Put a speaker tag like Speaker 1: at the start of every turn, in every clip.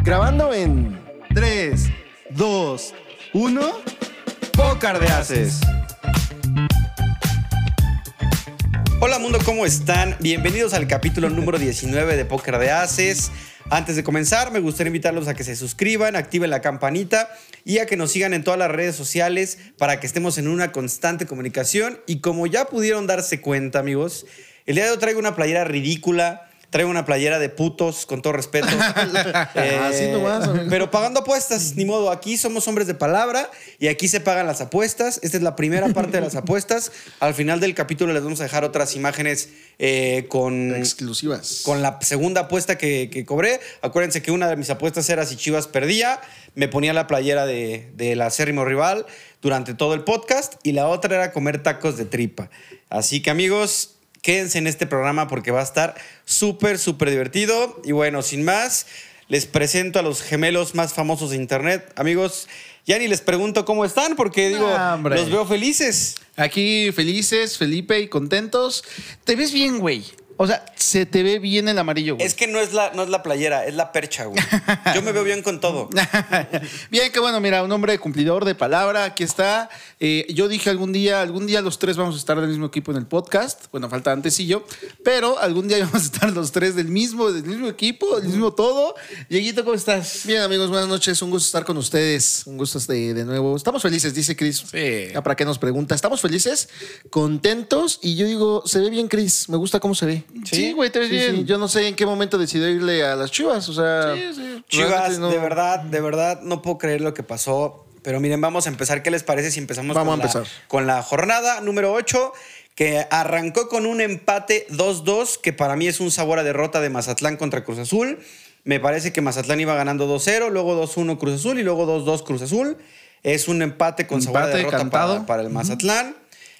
Speaker 1: Grabando en 3, 2, 1. Pócar de Haces.
Speaker 2: Hola mundo, ¿cómo están? Bienvenidos al capítulo número 19 de Póker de Haces. Antes de comenzar, me gustaría invitarlos a que se suscriban, activen la campanita y a que nos sigan en todas las redes sociales para que estemos en una constante comunicación. Y como ya pudieron darse cuenta, amigos, el día de hoy traigo una playera ridícula, traigo una playera de putos, con todo respeto. Eh,
Speaker 1: Así nomás, amigo.
Speaker 2: pero pagando apuestas, ni modo, aquí somos hombres de palabra y aquí se pagan las apuestas. Esta es la primera parte de las apuestas. Al final del capítulo les vamos a dejar otras imágenes eh, con,
Speaker 1: Exclusivas.
Speaker 2: con la segunda apuesta que, que cobré. Acuérdense que una de mis apuestas era si Chivas perdía, me ponía la playera de, del acérrimo rival durante todo el podcast y la otra era comer tacos de tripa. Así que amigos, quédense en este programa porque va a estar súper, súper divertido. Y bueno, sin más, les presento a los gemelos más famosos de Internet. Amigos, ya ni les pregunto cómo están porque digo,
Speaker 1: Ah, hombre.
Speaker 2: los veo felices.
Speaker 3: Aquí felices, Felipe y contentos. Te ves bien, güey. O sea, se te ve bien el amarillo, güey.
Speaker 2: Es que no es la, no es la playera, es la percha, güey. Yo me veo bien con todo.
Speaker 3: bien, que bueno, mira, un hombre cumplidor de palabra, aquí está. Eh, yo dije algún día, algún día los tres vamos a estar del mismo equipo en el podcast. Bueno, falta antes y yo, pero algún día vamos a estar los tres del mismo, del mismo equipo, del mismo todo. Dieguito, ¿cómo estás?
Speaker 1: Bien, amigos, buenas noches. Un gusto estar con ustedes. Un gusto de, de nuevo. Estamos felices, dice Chris.
Speaker 3: Sí.
Speaker 1: Ya para qué nos pregunta. Estamos felices, contentos. Y yo digo, se ve bien, Chris. Me gusta cómo se ve.
Speaker 3: Sí, güey, te ves
Speaker 1: Sí,
Speaker 3: bien.
Speaker 1: sí. Yo no sé en qué momento decidió irle a las chivas. O sea,
Speaker 3: Sí, sí.
Speaker 2: Chivas,
Speaker 1: realmente no-
Speaker 2: de verdad, de verdad, no puedo creer lo que pasó. Pero miren, vamos a empezar. ¿Qué les parece si empezamos
Speaker 1: Vamos
Speaker 2: con,
Speaker 1: a
Speaker 2: La,
Speaker 1: empezar.
Speaker 2: con la jornada número 8? Que arrancó con un empate 2-2, que para mí es un sabor a derrota de Mazatlán contra Cruz Azul. Me parece que Mazatlán iba ganando 2-0, luego 2-1 Cruz Azul y luego 2-2 Cruz Azul. Es un empate con sabor a
Speaker 3: Empate
Speaker 2: derrota
Speaker 3: cantado.
Speaker 2: para, para el Mazatlán.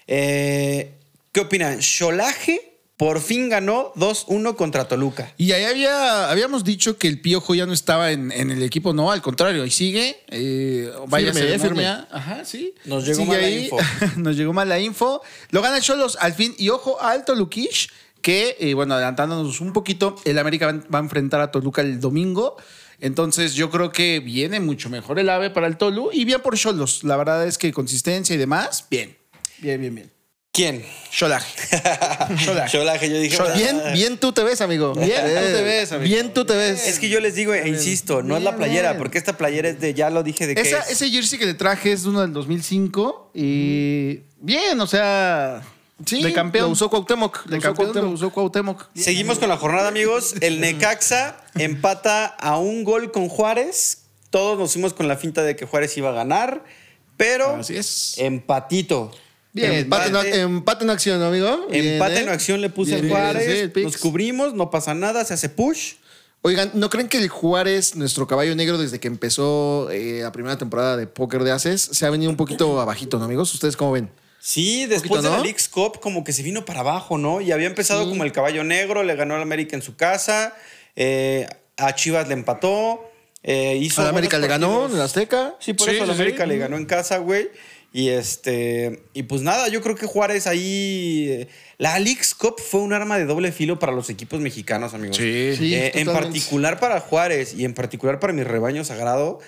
Speaker 2: Eh, ¿Qué opinan? Xolaje por fin ganó 2-1 contra Toluca.
Speaker 3: Y ahí había, habíamos dicho que el Piojo ya no estaba en, en el equipo, no, al contrario, y sigue. Eh, vaya a
Speaker 1: Firme,
Speaker 3: ser
Speaker 1: eh, firme.
Speaker 3: momia. Ajá, sí.
Speaker 2: Nos llegó
Speaker 3: Sigue
Speaker 2: mala
Speaker 3: ahí.
Speaker 2: info.
Speaker 3: Nos llegó mala info. Lo gana Cholos al fin. Y ojo, alto Lukish, que, eh, bueno, adelantándonos un poquito, el América va, va a enfrentar a Toluca el domingo. Entonces yo creo que viene mucho mejor el AVE para el Tolu y bien por Cholos. La verdad es que consistencia y demás, bien. Bien, bien, bien.
Speaker 2: ¿Quién?
Speaker 3: Cholaje. Cholaje.
Speaker 2: Cholaje, yo dije. "Ah".
Speaker 1: Bien, bien tú te ves, amigo.
Speaker 3: Bien tú te ves, amigo.
Speaker 1: Bien tú te ves.
Speaker 2: Es que yo les digo, e insisto, no es la
Speaker 3: Bien,
Speaker 2: playera,
Speaker 3: bien.
Speaker 2: porque esta playera es de, ya lo dije, de que
Speaker 3: Esa-
Speaker 2: es.
Speaker 3: Ese jersey que le traje es uno del 2005 y bien, o sea,
Speaker 1: Sí,
Speaker 3: de campeón.
Speaker 1: lo usó Cuauhtémoc.
Speaker 3: De
Speaker 1: lo usó
Speaker 3: campeón
Speaker 1: Cuauhtémoc.
Speaker 3: lo usó Cuauhtémoc.
Speaker 2: Seguimos con la jornada, amigos. El Necaxa empata a un gol con Juárez. Todos nos fuimos con la finta de que Juárez iba a ganar, pero
Speaker 3: Así es.
Speaker 2: empatito.
Speaker 3: Bien,
Speaker 1: empate, en,
Speaker 2: empate.
Speaker 1: empate en acción, amigo. Bien,
Speaker 2: empate
Speaker 1: ¿eh?
Speaker 2: en acción le puse
Speaker 1: Bien,
Speaker 2: a Juárez.
Speaker 1: sí, el Pix.
Speaker 2: nos cubrimos, no pasa nada, se hace push.
Speaker 1: Oigan, ¿no creen que el Juárez, nuestro caballo negro, desde que empezó eh, la primera temporada de Póker de Haces, se ha venido un poquito abajito, ¿no, amigos? ¿Ustedes cómo ven?
Speaker 2: Sí, después
Speaker 1: poquito,
Speaker 2: de la
Speaker 1: ¿no?
Speaker 2: Leagues Cup como que se vino para abajo, ¿no? Y había empezado como el caballo negro, le ganó al América en su casa, eh, a Chivas le empató, eh, hizo...
Speaker 1: A la América le
Speaker 2: buenos
Speaker 1: ganó, en
Speaker 2: partidos.
Speaker 1: el Azteca.
Speaker 2: Sí, por
Speaker 3: Sí,
Speaker 2: eso a la
Speaker 3: sí, sí.
Speaker 2: América le ganó en casa, güey. Y este. Y pues nada, yo creo que Juárez ahí. eh, La Leagues Cup fue un arma de doble filo para los equipos mexicanos, amigos.
Speaker 3: Sí.
Speaker 1: Sí,
Speaker 2: Eh, en
Speaker 1: totalmente.
Speaker 2: particular para Juárez y en particular para mi rebaño sagrado.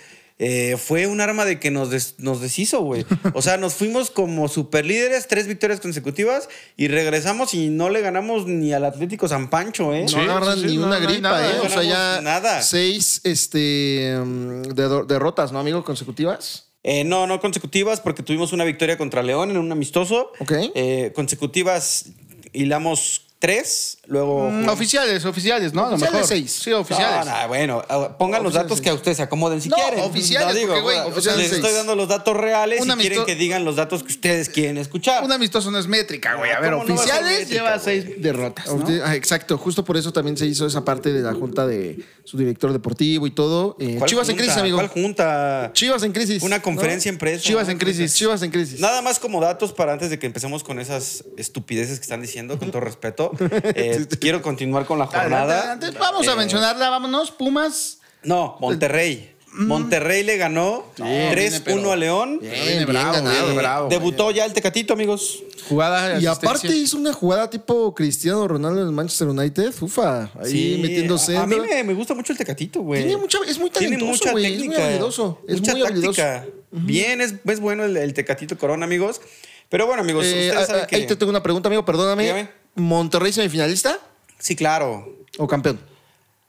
Speaker 2: eh, fue un arma de que nos, des- nos deshizo, güey. O sea, nos fuimos como superlíderes, tres victorias consecutivas y regresamos y no le ganamos ni al Atlético San Pancho, ¿eh?
Speaker 3: Sí,
Speaker 1: No agarran
Speaker 3: sí, sí,
Speaker 1: ni
Speaker 3: no,
Speaker 1: una
Speaker 3: no hay
Speaker 1: gripa,
Speaker 3: nada,
Speaker 1: ¿eh?
Speaker 2: no
Speaker 1: O sea, ya
Speaker 2: ganamos nada.
Speaker 1: seis este, mm, de- derrotas, ¿no, amigo? Consecutivas.
Speaker 2: Eh, no, no consecutivas, porque tuvimos una victoria contra León en un amistoso.
Speaker 1: Ok.
Speaker 2: Eh, consecutivas hilamos tres Luego.
Speaker 3: Mm,
Speaker 2: jugamos.
Speaker 3: oficiales, oficiales, ¿no? A lo
Speaker 1: Oficiales
Speaker 3: mejor.
Speaker 1: seis.
Speaker 3: Sí, oficiales.
Speaker 2: No, no, bueno, ah, pongan los datos que a ustedes se acomoden si
Speaker 3: No,
Speaker 2: quieren.
Speaker 3: oficiales,
Speaker 2: No
Speaker 3: porque, güey,
Speaker 2: ah,
Speaker 3: oficiales
Speaker 2: les
Speaker 3: seis.
Speaker 2: estoy dando los datos reales
Speaker 3: Un
Speaker 2: y quieren
Speaker 3: amistoso-
Speaker 2: que digan los datos que ustedes quieren escuchar.
Speaker 3: Un amistoso no es métrica,
Speaker 1: Ah,
Speaker 3: güey. A ver,
Speaker 2: ¿Cómo no va a ser
Speaker 3: oficiales
Speaker 2: métrica,
Speaker 3: lleva
Speaker 2: güey?
Speaker 3: seis derrotas. ¿no?
Speaker 1: Usted- ah, exacto, justo por eso también se hizo esa parte de la junta de su director deportivo y todo. Eh,
Speaker 2: ¿Cuál
Speaker 1: Chivas en
Speaker 2: junta?
Speaker 1: crisis, amigo.
Speaker 2: ¿Cuál junta?
Speaker 1: Chivas en crisis.
Speaker 2: Una conferencia empresa,
Speaker 1: Chivas
Speaker 2: ¿no?
Speaker 1: en crisis, Chivas en crisis.
Speaker 2: Nada más como datos para antes de que empecemos con esas estupideces que están diciendo, con todo respeto. Eh, quiero continuar con la jornada.
Speaker 3: Adelante, adelante. Vamos a
Speaker 2: Eh,
Speaker 3: mencionarla, vámonos. Pumas.
Speaker 2: No, Monterrey.
Speaker 1: Mm.
Speaker 2: Monterrey le ganó 3-1 a León.
Speaker 1: Bien, bien ganado,
Speaker 2: Eh,
Speaker 3: bravo.
Speaker 2: Debutó ya el Tecatito, amigos.
Speaker 3: Jugada
Speaker 1: Y
Speaker 3: asistencia.
Speaker 1: aparte hizo una jugada tipo Cristiano Ronaldo en el Manchester United. Ufa, ahí
Speaker 2: Sí,
Speaker 1: metiéndose.
Speaker 2: A, a mí me, me gusta mucho el Tecatito, güey.
Speaker 1: Tiene mucha- es muy
Speaker 2: Tiene
Speaker 1: talentoso,
Speaker 2: mucha
Speaker 1: güey, es muy
Speaker 2: técnica.
Speaker 1: habilidoso, es
Speaker 2: mucha
Speaker 1: muy habilidoso.
Speaker 2: táctica. Bien, es, es bueno el, el Tecatito Corona, amigos. Pero bueno, amigos,
Speaker 1: Eh,
Speaker 2: ustedes
Speaker 1: ah,
Speaker 2: saben
Speaker 1: ah,
Speaker 2: que...
Speaker 1: Ahí te tengo una pregunta, amigo, perdóname.
Speaker 2: Dígame.
Speaker 1: ¿Monterrey semifinalista
Speaker 2: Sí, claro.
Speaker 1: o campeón?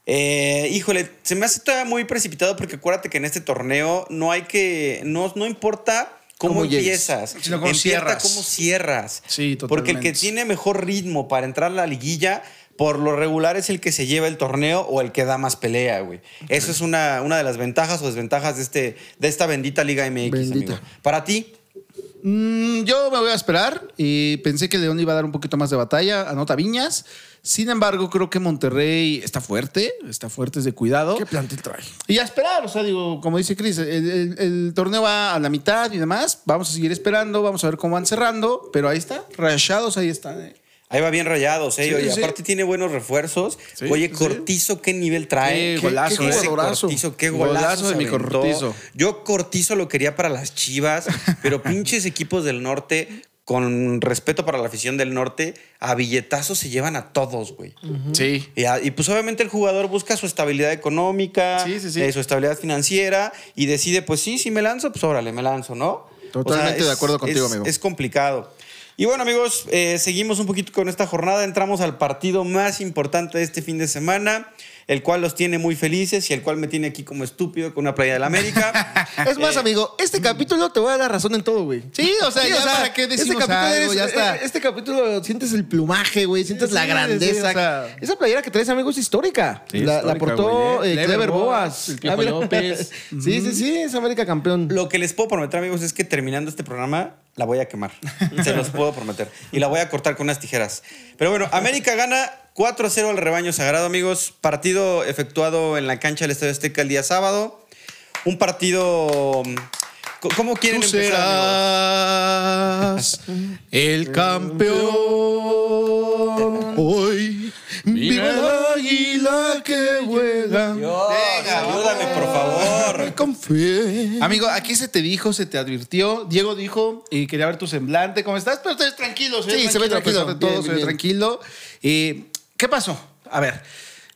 Speaker 2: Eh, híjole, se me hace todavía muy precipitado porque acuérdate que en este torneo no hay que, no, no importa cómo,
Speaker 1: Cómo llegues.
Speaker 2: empiezas,
Speaker 3: Sino cómo
Speaker 2: empieza
Speaker 3: cierras.
Speaker 2: cómo cierras.
Speaker 3: Sí, totalmente.
Speaker 2: Porque el que tiene mejor ritmo para entrar a la liguilla, por lo regular es el que se lleva el torneo o el que da más pelea, güey. Eso es una, una de las ventajas o desventajas de, este, de esta bendita Liga MX,
Speaker 1: Bendita.
Speaker 2: amigo. Para ti,
Speaker 3: Mm, yo me voy a esperar. y pensé que León iba a dar un poquito más de batalla. Anota Viñas. Sin embargo, creo que Monterrey está fuerte. Está fuerte, es de cuidado.
Speaker 1: ¿Qué plantel trae?
Speaker 3: Y a esperar, o sea, digo, como dice Chris, el, el- el torneo va a la mitad y demás. Vamos a seguir esperando, vamos a ver cómo van cerrando, pero ahí está, rayados, ahí están. ¿eh?
Speaker 2: ahí va bien rayados, ¿eh?
Speaker 3: Sí,
Speaker 2: Oye,
Speaker 3: sí.
Speaker 2: aparte tiene buenos refuerzos. Oye, Cortizo, ¿qué nivel trae?
Speaker 3: Qué golazo,
Speaker 2: ¿eh?
Speaker 3: ¿eh?
Speaker 2: Ese Cortizo, qué golazo.
Speaker 3: Golazo de
Speaker 2: se
Speaker 3: mi
Speaker 2: aventó.
Speaker 3: Cortizo.
Speaker 2: Yo Cortizo lo quería para las chivas, pero pinches equipos del norte, con respeto para la afición del norte, a billetazos se llevan a todos, güey.
Speaker 3: Sí.
Speaker 2: Y, a- y, pues obviamente el jugador busca su estabilidad económica,
Speaker 3: Sí, sí, sí.
Speaker 2: eh, su estabilidad financiera y decide, pues sí, si me lanzo, pues órale, me lanzo, ¿no?
Speaker 1: Totalmente de acuerdo contigo,
Speaker 2: es-
Speaker 1: amigo.
Speaker 2: Es complicado. Y bueno, amigos, eh, seguimos un poquito con esta jornada. Entramos al partido más importante de este fin de semana, el cual los tiene muy felices y el cual me tiene aquí como estúpido con una playa del América.
Speaker 1: Es más, amigo, este capítulo te voy a dar razón en todo, güey.
Speaker 3: Sí, o sea, ya para qué decimos algo,
Speaker 1: este eres-
Speaker 3: ya está.
Speaker 1: Este capítulo sientes el plumaje, güey, sientes
Speaker 3: Sí,
Speaker 1: la
Speaker 3: sí,
Speaker 1: grandeza.
Speaker 3: sí, o sea.
Speaker 1: Esa playera que traes, amigo, es histórica.
Speaker 4: Sí,
Speaker 1: la, la
Speaker 4: histórica,
Speaker 1: portó
Speaker 4: güey, ¿eh?
Speaker 1: eh,
Speaker 3: Clever
Speaker 1: Clever
Speaker 3: Boas,
Speaker 1: Boas.
Speaker 3: el Piojo
Speaker 1: Ah, mira.
Speaker 3: López.
Speaker 1: sí, sí, sí, es América campeón.
Speaker 2: Lo que les puedo prometer, amigos, es que terminando este programa la voy a quemar. Se los puedo prometer. Y la voy a cortar con unas tijeras. Pero bueno, América gana 4-0 al rebaño sagrado, amigos. Partido efectuado en la cancha del Estadio Azteca el día sábado. Un partido... mm, ¿Cómo quieren
Speaker 3: Tú
Speaker 2: empezar, amigos?
Speaker 3: serás el campeón hoy. Viva el águila que vuela.
Speaker 2: Venga, ayúdame, por favor.
Speaker 1: Con fe.
Speaker 3: Amigo, aquí se te dijo, se te advirtió. Diego dijo y quería ver tu semblante, cómo estás, pero estás tranquilo. pues,
Speaker 1: Sí, se ve tranquilo.
Speaker 3: a pesar de todo,
Speaker 1: Bien,
Speaker 3: se ve
Speaker 1: bien.
Speaker 3: tranquilo. Eh, ¿Qué pasó? A ver,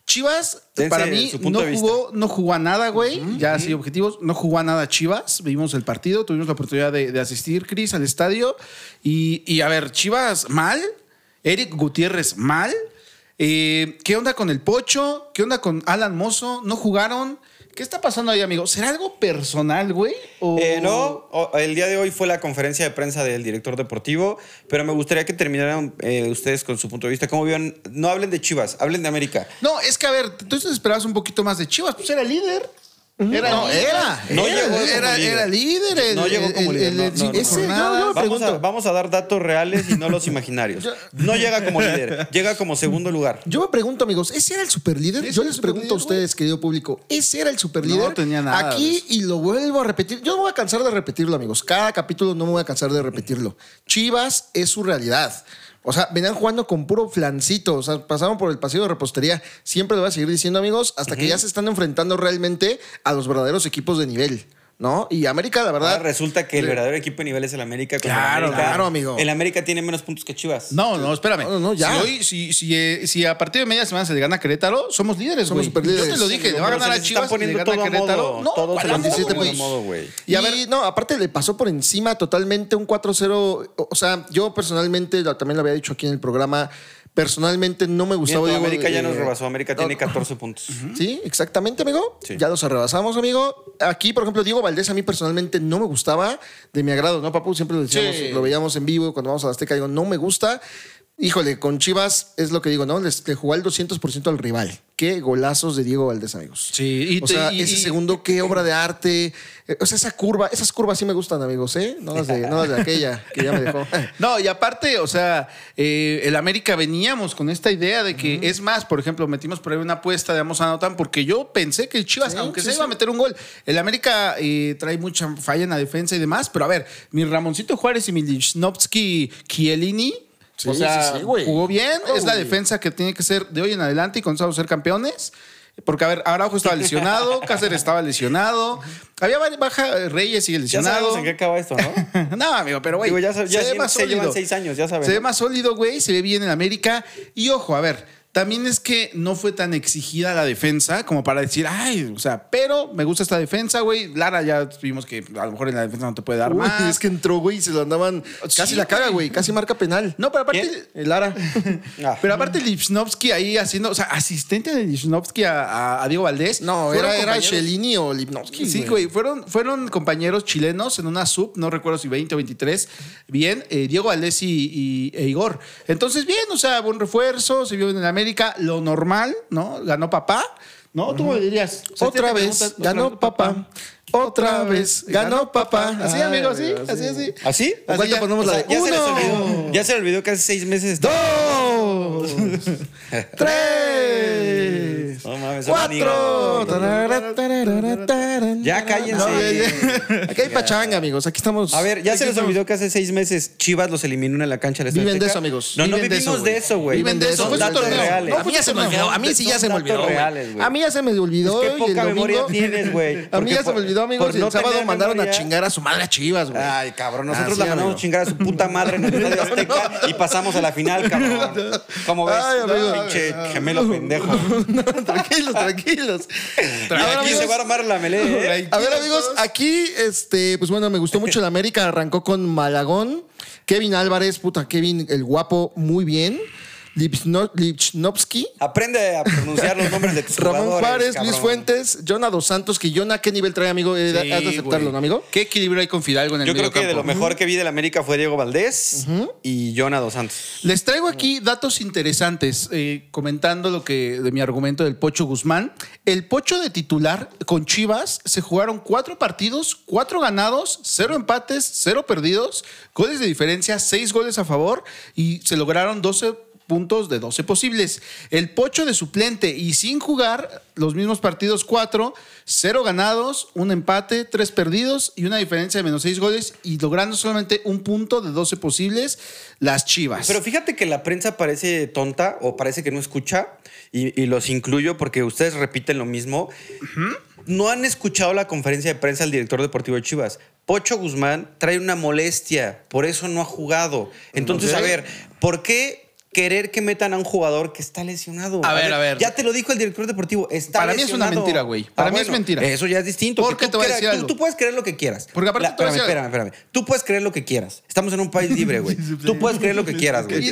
Speaker 3: Chivas,
Speaker 2: Dense
Speaker 3: para mí,
Speaker 2: su punto
Speaker 3: no
Speaker 2: de
Speaker 3: jugó, no jugó a nada, güey. ya así objetivos, no jugó a nada Chivas. Vimos el partido, tuvimos la oportunidad de, de asistir, Cris, al estadio. Y, y, a ver, Chivas mal, Eric Gutiérrez mal. Eh, ¿Qué onda con el Pocho? ¿Qué onda con Alan Mozo? ¿No jugaron? ¿Qué está pasando ahí, amigo? ¿Será algo personal, güey? ¿O-
Speaker 2: Eh, no, o- el día de hoy fue la conferencia de prensa del director deportivo, pero me gustaría que terminaran eh, ustedes con su punto de vista. ¿Cómo vieron? No hablen de Chivas, hablen de América.
Speaker 3: No, es que a ver, tú esperabas un poquito más de Chivas, pues era líder. Era
Speaker 1: No,
Speaker 3: líder.
Speaker 1: era.
Speaker 2: No
Speaker 1: era,
Speaker 2: llegó como
Speaker 1: era,
Speaker 2: líder.
Speaker 1: era líder. el-
Speaker 2: No llegó como
Speaker 1: el-
Speaker 2: líder,
Speaker 1: el-
Speaker 2: no,
Speaker 1: el-
Speaker 2: no, no.
Speaker 1: ese, no, yo me
Speaker 2: Vamos a,
Speaker 1: pregunto-
Speaker 2: vamos a dar datos reales y no los imaginarios. No llega como líder, llega como segundo lugar.
Speaker 1: Yo me pregunto, amigos, ¿ese era el superlíder?
Speaker 3: ¿Ese
Speaker 1: Yo
Speaker 3: era el
Speaker 1: les pregunto
Speaker 3: superlíder,
Speaker 1: a
Speaker 3: güey?
Speaker 1: ustedes, querido público, ¿ese era el superlíder?
Speaker 3: No tenía nada de
Speaker 1: Aquí,
Speaker 3: eso.
Speaker 1: y lo vuelvo a repetir, yo no me voy a cansar de repetirlo, amigos. Cada capítulo no me voy a cansar de repetirlo. Chivas es su realidad. O sea, venían jugando con puro flancito, o sea, pasaron por el pasillo de repostería. Siempre lo voy a seguir diciendo, amigos, hasta que ya se están enfrentando realmente a los verdaderos equipos de nivel, ¿no? Y América, la
Speaker 2: Ahora
Speaker 1: verdad,
Speaker 3: Ah,
Speaker 2: resulta que el verdadero equipo de nivel es el América. cuando el
Speaker 3: Claro,
Speaker 2: América-
Speaker 1: claro, amigo.
Speaker 2: El América tiene menos puntos que Chivas.
Speaker 3: No, no, espérame.
Speaker 1: No, no, ya.
Speaker 3: Si, hoy, si, si, eh, si a partir de media semana se le gana a Querétaro, somos líderes,
Speaker 1: Somos
Speaker 3: güey.
Speaker 1: superlíderes.
Speaker 3: Yo te lo dije, le va a
Speaker 2: Pero
Speaker 3: ganar
Speaker 2: se
Speaker 3: a
Speaker 2: les
Speaker 3: Chivas
Speaker 2: están
Speaker 3: y le
Speaker 2: poniendo
Speaker 3: gana
Speaker 2: todo
Speaker 3: a
Speaker 2: a
Speaker 3: Querétaro.
Speaker 2: modo.
Speaker 3: no,
Speaker 2: Todo se
Speaker 3: ¿cuál
Speaker 2: lo
Speaker 3: a modo,
Speaker 2: están
Speaker 3: güey?
Speaker 2: poniendo a modo, güey.
Speaker 1: Y, a ver, no, aparte le pasó por encima totalmente un 4-0. O o sea, yo personalmente, lo- también lo había dicho aquí en el programa, personalmente no me
Speaker 2: Miento,
Speaker 1: gustaba. Diego,
Speaker 2: América ya
Speaker 1: eh,
Speaker 2: nos rebasó. América
Speaker 1: no,
Speaker 2: tiene 14 puntos.
Speaker 1: Sí, exactamente, amigo.
Speaker 2: Sí.
Speaker 1: Ya los arrebasamos, amigo. Aquí, por ejemplo, Diego Valdés a mí personalmente no me gustaba de mi agrado, ¿no, papu? Siempre lo decíamos,
Speaker 3: Sí.
Speaker 1: lo veíamos en vivo cuando vamos a la Azteca, digo, no me gusta. Híjole, con Chivas es lo que digo, ¿no? Les- Le jugó al 200% al rival. Qué golazos de Diego Valdés, amigos.
Speaker 3: Sí, y
Speaker 1: o
Speaker 3: te-
Speaker 1: sea,
Speaker 3: y-
Speaker 1: ese
Speaker 3: y-
Speaker 1: segundo, qué obra de arte. Eh, O sea, esa curva, esas curvas sí me gustan, amigos, ¿eh? No las de, no las de aquella que ya me dejó.
Speaker 3: No, y aparte, o sea, eh, el América veníamos con esta idea de que, es más, por ejemplo, metimos por ahí una apuesta de ambos anotan, porque yo pensé que el Chivas,
Speaker 1: Sí,
Speaker 3: aunque
Speaker 1: sí,
Speaker 3: se
Speaker 1: sí.
Speaker 3: iba a meter un gol, el América eh, trae mucha falla en la defensa y demás, pero a ver, mi Ramoncito Juárez y mi Lichnowsky Kielini.
Speaker 1: Sí,
Speaker 3: o sea,
Speaker 1: sí, sí, güey.
Speaker 3: jugó bien.
Speaker 1: Claro,
Speaker 3: es la
Speaker 1: güey.
Speaker 3: defensa que tiene que ser de hoy en adelante y con eso ser campeones. Porque, a ver, Araujo estaba lesionado, Cáceres estaba lesionado, había vari- baja, eh, Reyes sigue
Speaker 2: Ya
Speaker 3: lesionado.
Speaker 2: sabemos en qué acaba esto, ¿no?
Speaker 3: No, amigo, pero güey.
Speaker 2: Digo, ya sab- ya
Speaker 3: se ve
Speaker 2: llevan-
Speaker 3: más
Speaker 2: se llevan
Speaker 3: sólido.
Speaker 2: seis años, ya saben.
Speaker 3: Se ve más sólido, güey. Se ve bien en América. Y ojo, a ver, también es que no fue tan exigida la defensa como para decir, ay, o sea, pero me gusta esta defensa, güey. Lara ya vimos que a lo mejor en la defensa no te puede dar
Speaker 1: Uy,
Speaker 3: más.
Speaker 1: es que entró, güey, y se lo andaban. Casi
Speaker 3: Sí,
Speaker 1: la caga, güey, casi marca penal.
Speaker 3: No, pero aparte.
Speaker 2: ¿Quién?
Speaker 1: El Ara.
Speaker 2: Ah.
Speaker 3: Pero aparte Lipsnovsky ahí haciendo, o sea, asistente de Lipsnovsky a, a- a Diego Valdés.
Speaker 1: No,
Speaker 3: Fueron
Speaker 1: era, era
Speaker 3: compañeros-
Speaker 1: Chelini o Lipnowski.
Speaker 3: Sí, güey, fueron, fueron compañeros chilenos en una sub, no recuerdo si 20 o 23, bien, eh, Diego Valdés y, y- e Igor. Entonces, bien, o sea, buen refuerzo, se vio en el América, lo normal, ¿no? Ganó papá, ¿no? ¿Tú me dirías? O sea,
Speaker 1: Otra
Speaker 3: te
Speaker 1: vez
Speaker 3: preguntas,
Speaker 1: ganó
Speaker 3: otra-
Speaker 1: papá. Otra vez ganó papá.
Speaker 3: Así,
Speaker 1: Ay,
Speaker 3: amigo, así,
Speaker 1: güey,
Speaker 3: así, así.
Speaker 2: ¿Así?
Speaker 1: ¿Cuál te
Speaker 3: ya-
Speaker 1: ponemos la
Speaker 2: O
Speaker 1: de
Speaker 2: sea, ya, se les
Speaker 1: uno?
Speaker 2: olvidó, ya se le olvidó que hace seis meses.
Speaker 1: Dos. Tres.
Speaker 2: No mames, son
Speaker 1: Cuatro.
Speaker 2: amigos.
Speaker 1: Tarara, tarara, tarara.
Speaker 2: Ya cállense.
Speaker 1: No, ya, ya. Aquí hay pachanga, amigos. Aquí estamos.
Speaker 2: A ver, ya
Speaker 1: Aquí
Speaker 2: se les
Speaker 1: estamos.
Speaker 2: olvidó que hace seis meses Chivas los eliminó en la cancha del Estadio
Speaker 1: Viven de
Speaker 2: Azteca.
Speaker 1: eso, amigos.
Speaker 2: No, no
Speaker 3: Viven de
Speaker 2: vivimos
Speaker 3: eso,
Speaker 2: de
Speaker 3: güey.
Speaker 2: eso, güey.
Speaker 1: Viven de eso,
Speaker 2: Son
Speaker 1: fue su
Speaker 2: datos
Speaker 1: torneo.
Speaker 2: reales. pues,
Speaker 1: No, pues,
Speaker 2: A
Speaker 1: fue
Speaker 2: mí ya se me
Speaker 1: torneo.
Speaker 2: olvidó, a mí sí ya se me
Speaker 1: Son datos
Speaker 2: olvidó, güey.
Speaker 1: reales, güey. A mí ya se me olvidó.
Speaker 2: Es que
Speaker 1: y
Speaker 2: poca
Speaker 1: el
Speaker 2: memoria
Speaker 1: domingo-
Speaker 2: tienes, güey.
Speaker 1: A mí
Speaker 2: Porque
Speaker 1: ya se
Speaker 2: por-
Speaker 1: me olvidó, amigos.
Speaker 2: por
Speaker 1: y
Speaker 2: no
Speaker 1: el sábado
Speaker 2: tener
Speaker 1: mandaron a
Speaker 2: memoria- Ah.
Speaker 1: chingar a su madre a Chivas, güey.
Speaker 2: Ay, cabrón, nosotros
Speaker 1: Así,
Speaker 2: la ganamos
Speaker 1: amigo.
Speaker 2: chingar a su puta madre en el Estadio Azteca y pasamos a la final, cabrón. ¿Cómo ves?
Speaker 1: Ay, amigo.
Speaker 2: Pinche gemelo pendejo.
Speaker 1: No, tranquilos, tranquilos. Ahora,
Speaker 2: Aquí se
Speaker 1: amigos,
Speaker 2: va a armar la melee. ¿eh?
Speaker 1: A ver, amigos, aquí, este, pues bueno, me gustó mucho el América. Arrancó con Malagón. Kevin Álvarez, puta, Kevin el guapo, muy bien. Lipsno- Lichnowsky.
Speaker 2: Aprende a pronunciar los nombres de tus
Speaker 1: Ramón
Speaker 2: jugadores,
Speaker 1: Juárez,
Speaker 2: cabrón.
Speaker 1: Luis Fuentes, Jonah Dos Santos, que Jonah, ¿qué nivel trae, amigo? Eh,
Speaker 3: Sí,
Speaker 1: has de aceptarlo,
Speaker 3: güey.
Speaker 1: ¿no, amigo?
Speaker 3: ¿Qué equilibrio hay con Fidalgo en el
Speaker 2: Yo creo que de lo
Speaker 3: mediocampo?
Speaker 2: mejor que vi del América fue Diego Valdés y Jonah Dos Santos.
Speaker 3: Les traigo aquí datos interesantes, eh, comentando lo que de mi argumento del Pocho Guzmán. El Pocho de titular con Chivas se jugaron cuatro partidos, cuatro ganados, cero empates, cero perdidos, goles de diferencia, seis goles a favor y se lograron 12 puntos de 12 posibles. El Pocho de suplente y sin jugar los mismos partidos cuatro, cero ganados, un empate, tres perdidos y una diferencia de menos seis goles y logrando solamente un punto de 12 posibles las Chivas.
Speaker 2: Pero fíjate que la prensa parece tonta o parece que no escucha y, y los incluyo porque ustedes repiten lo mismo. No han escuchado la conferencia de prensa del director deportivo de Chivas. Pocho Guzmán trae una molestia, por eso no ha jugado. Entonces,
Speaker 1: Ok.
Speaker 2: a ver, ¿por qué querer que metan a un jugador que está lesionado?
Speaker 3: A ver, a ver.
Speaker 2: Ya te lo dijo el director deportivo, está
Speaker 3: Para mí es una
Speaker 2: lesionado. Ah,
Speaker 3: mentira, güey. Para mí es mentira.
Speaker 2: Eso ya es distinto.
Speaker 3: Porque
Speaker 2: Que
Speaker 3: te voy a
Speaker 2: quieras-
Speaker 3: decir
Speaker 2: tú-
Speaker 3: algo.
Speaker 2: tú puedes creer lo que quieras.
Speaker 3: Porque aparte te voy a
Speaker 2: espérame,
Speaker 3: decir algo.
Speaker 2: espérame, espérame. Tú puedes creer lo que quieras. Estamos en un país libre, güey. Tú puedes creer lo que quieras, güey.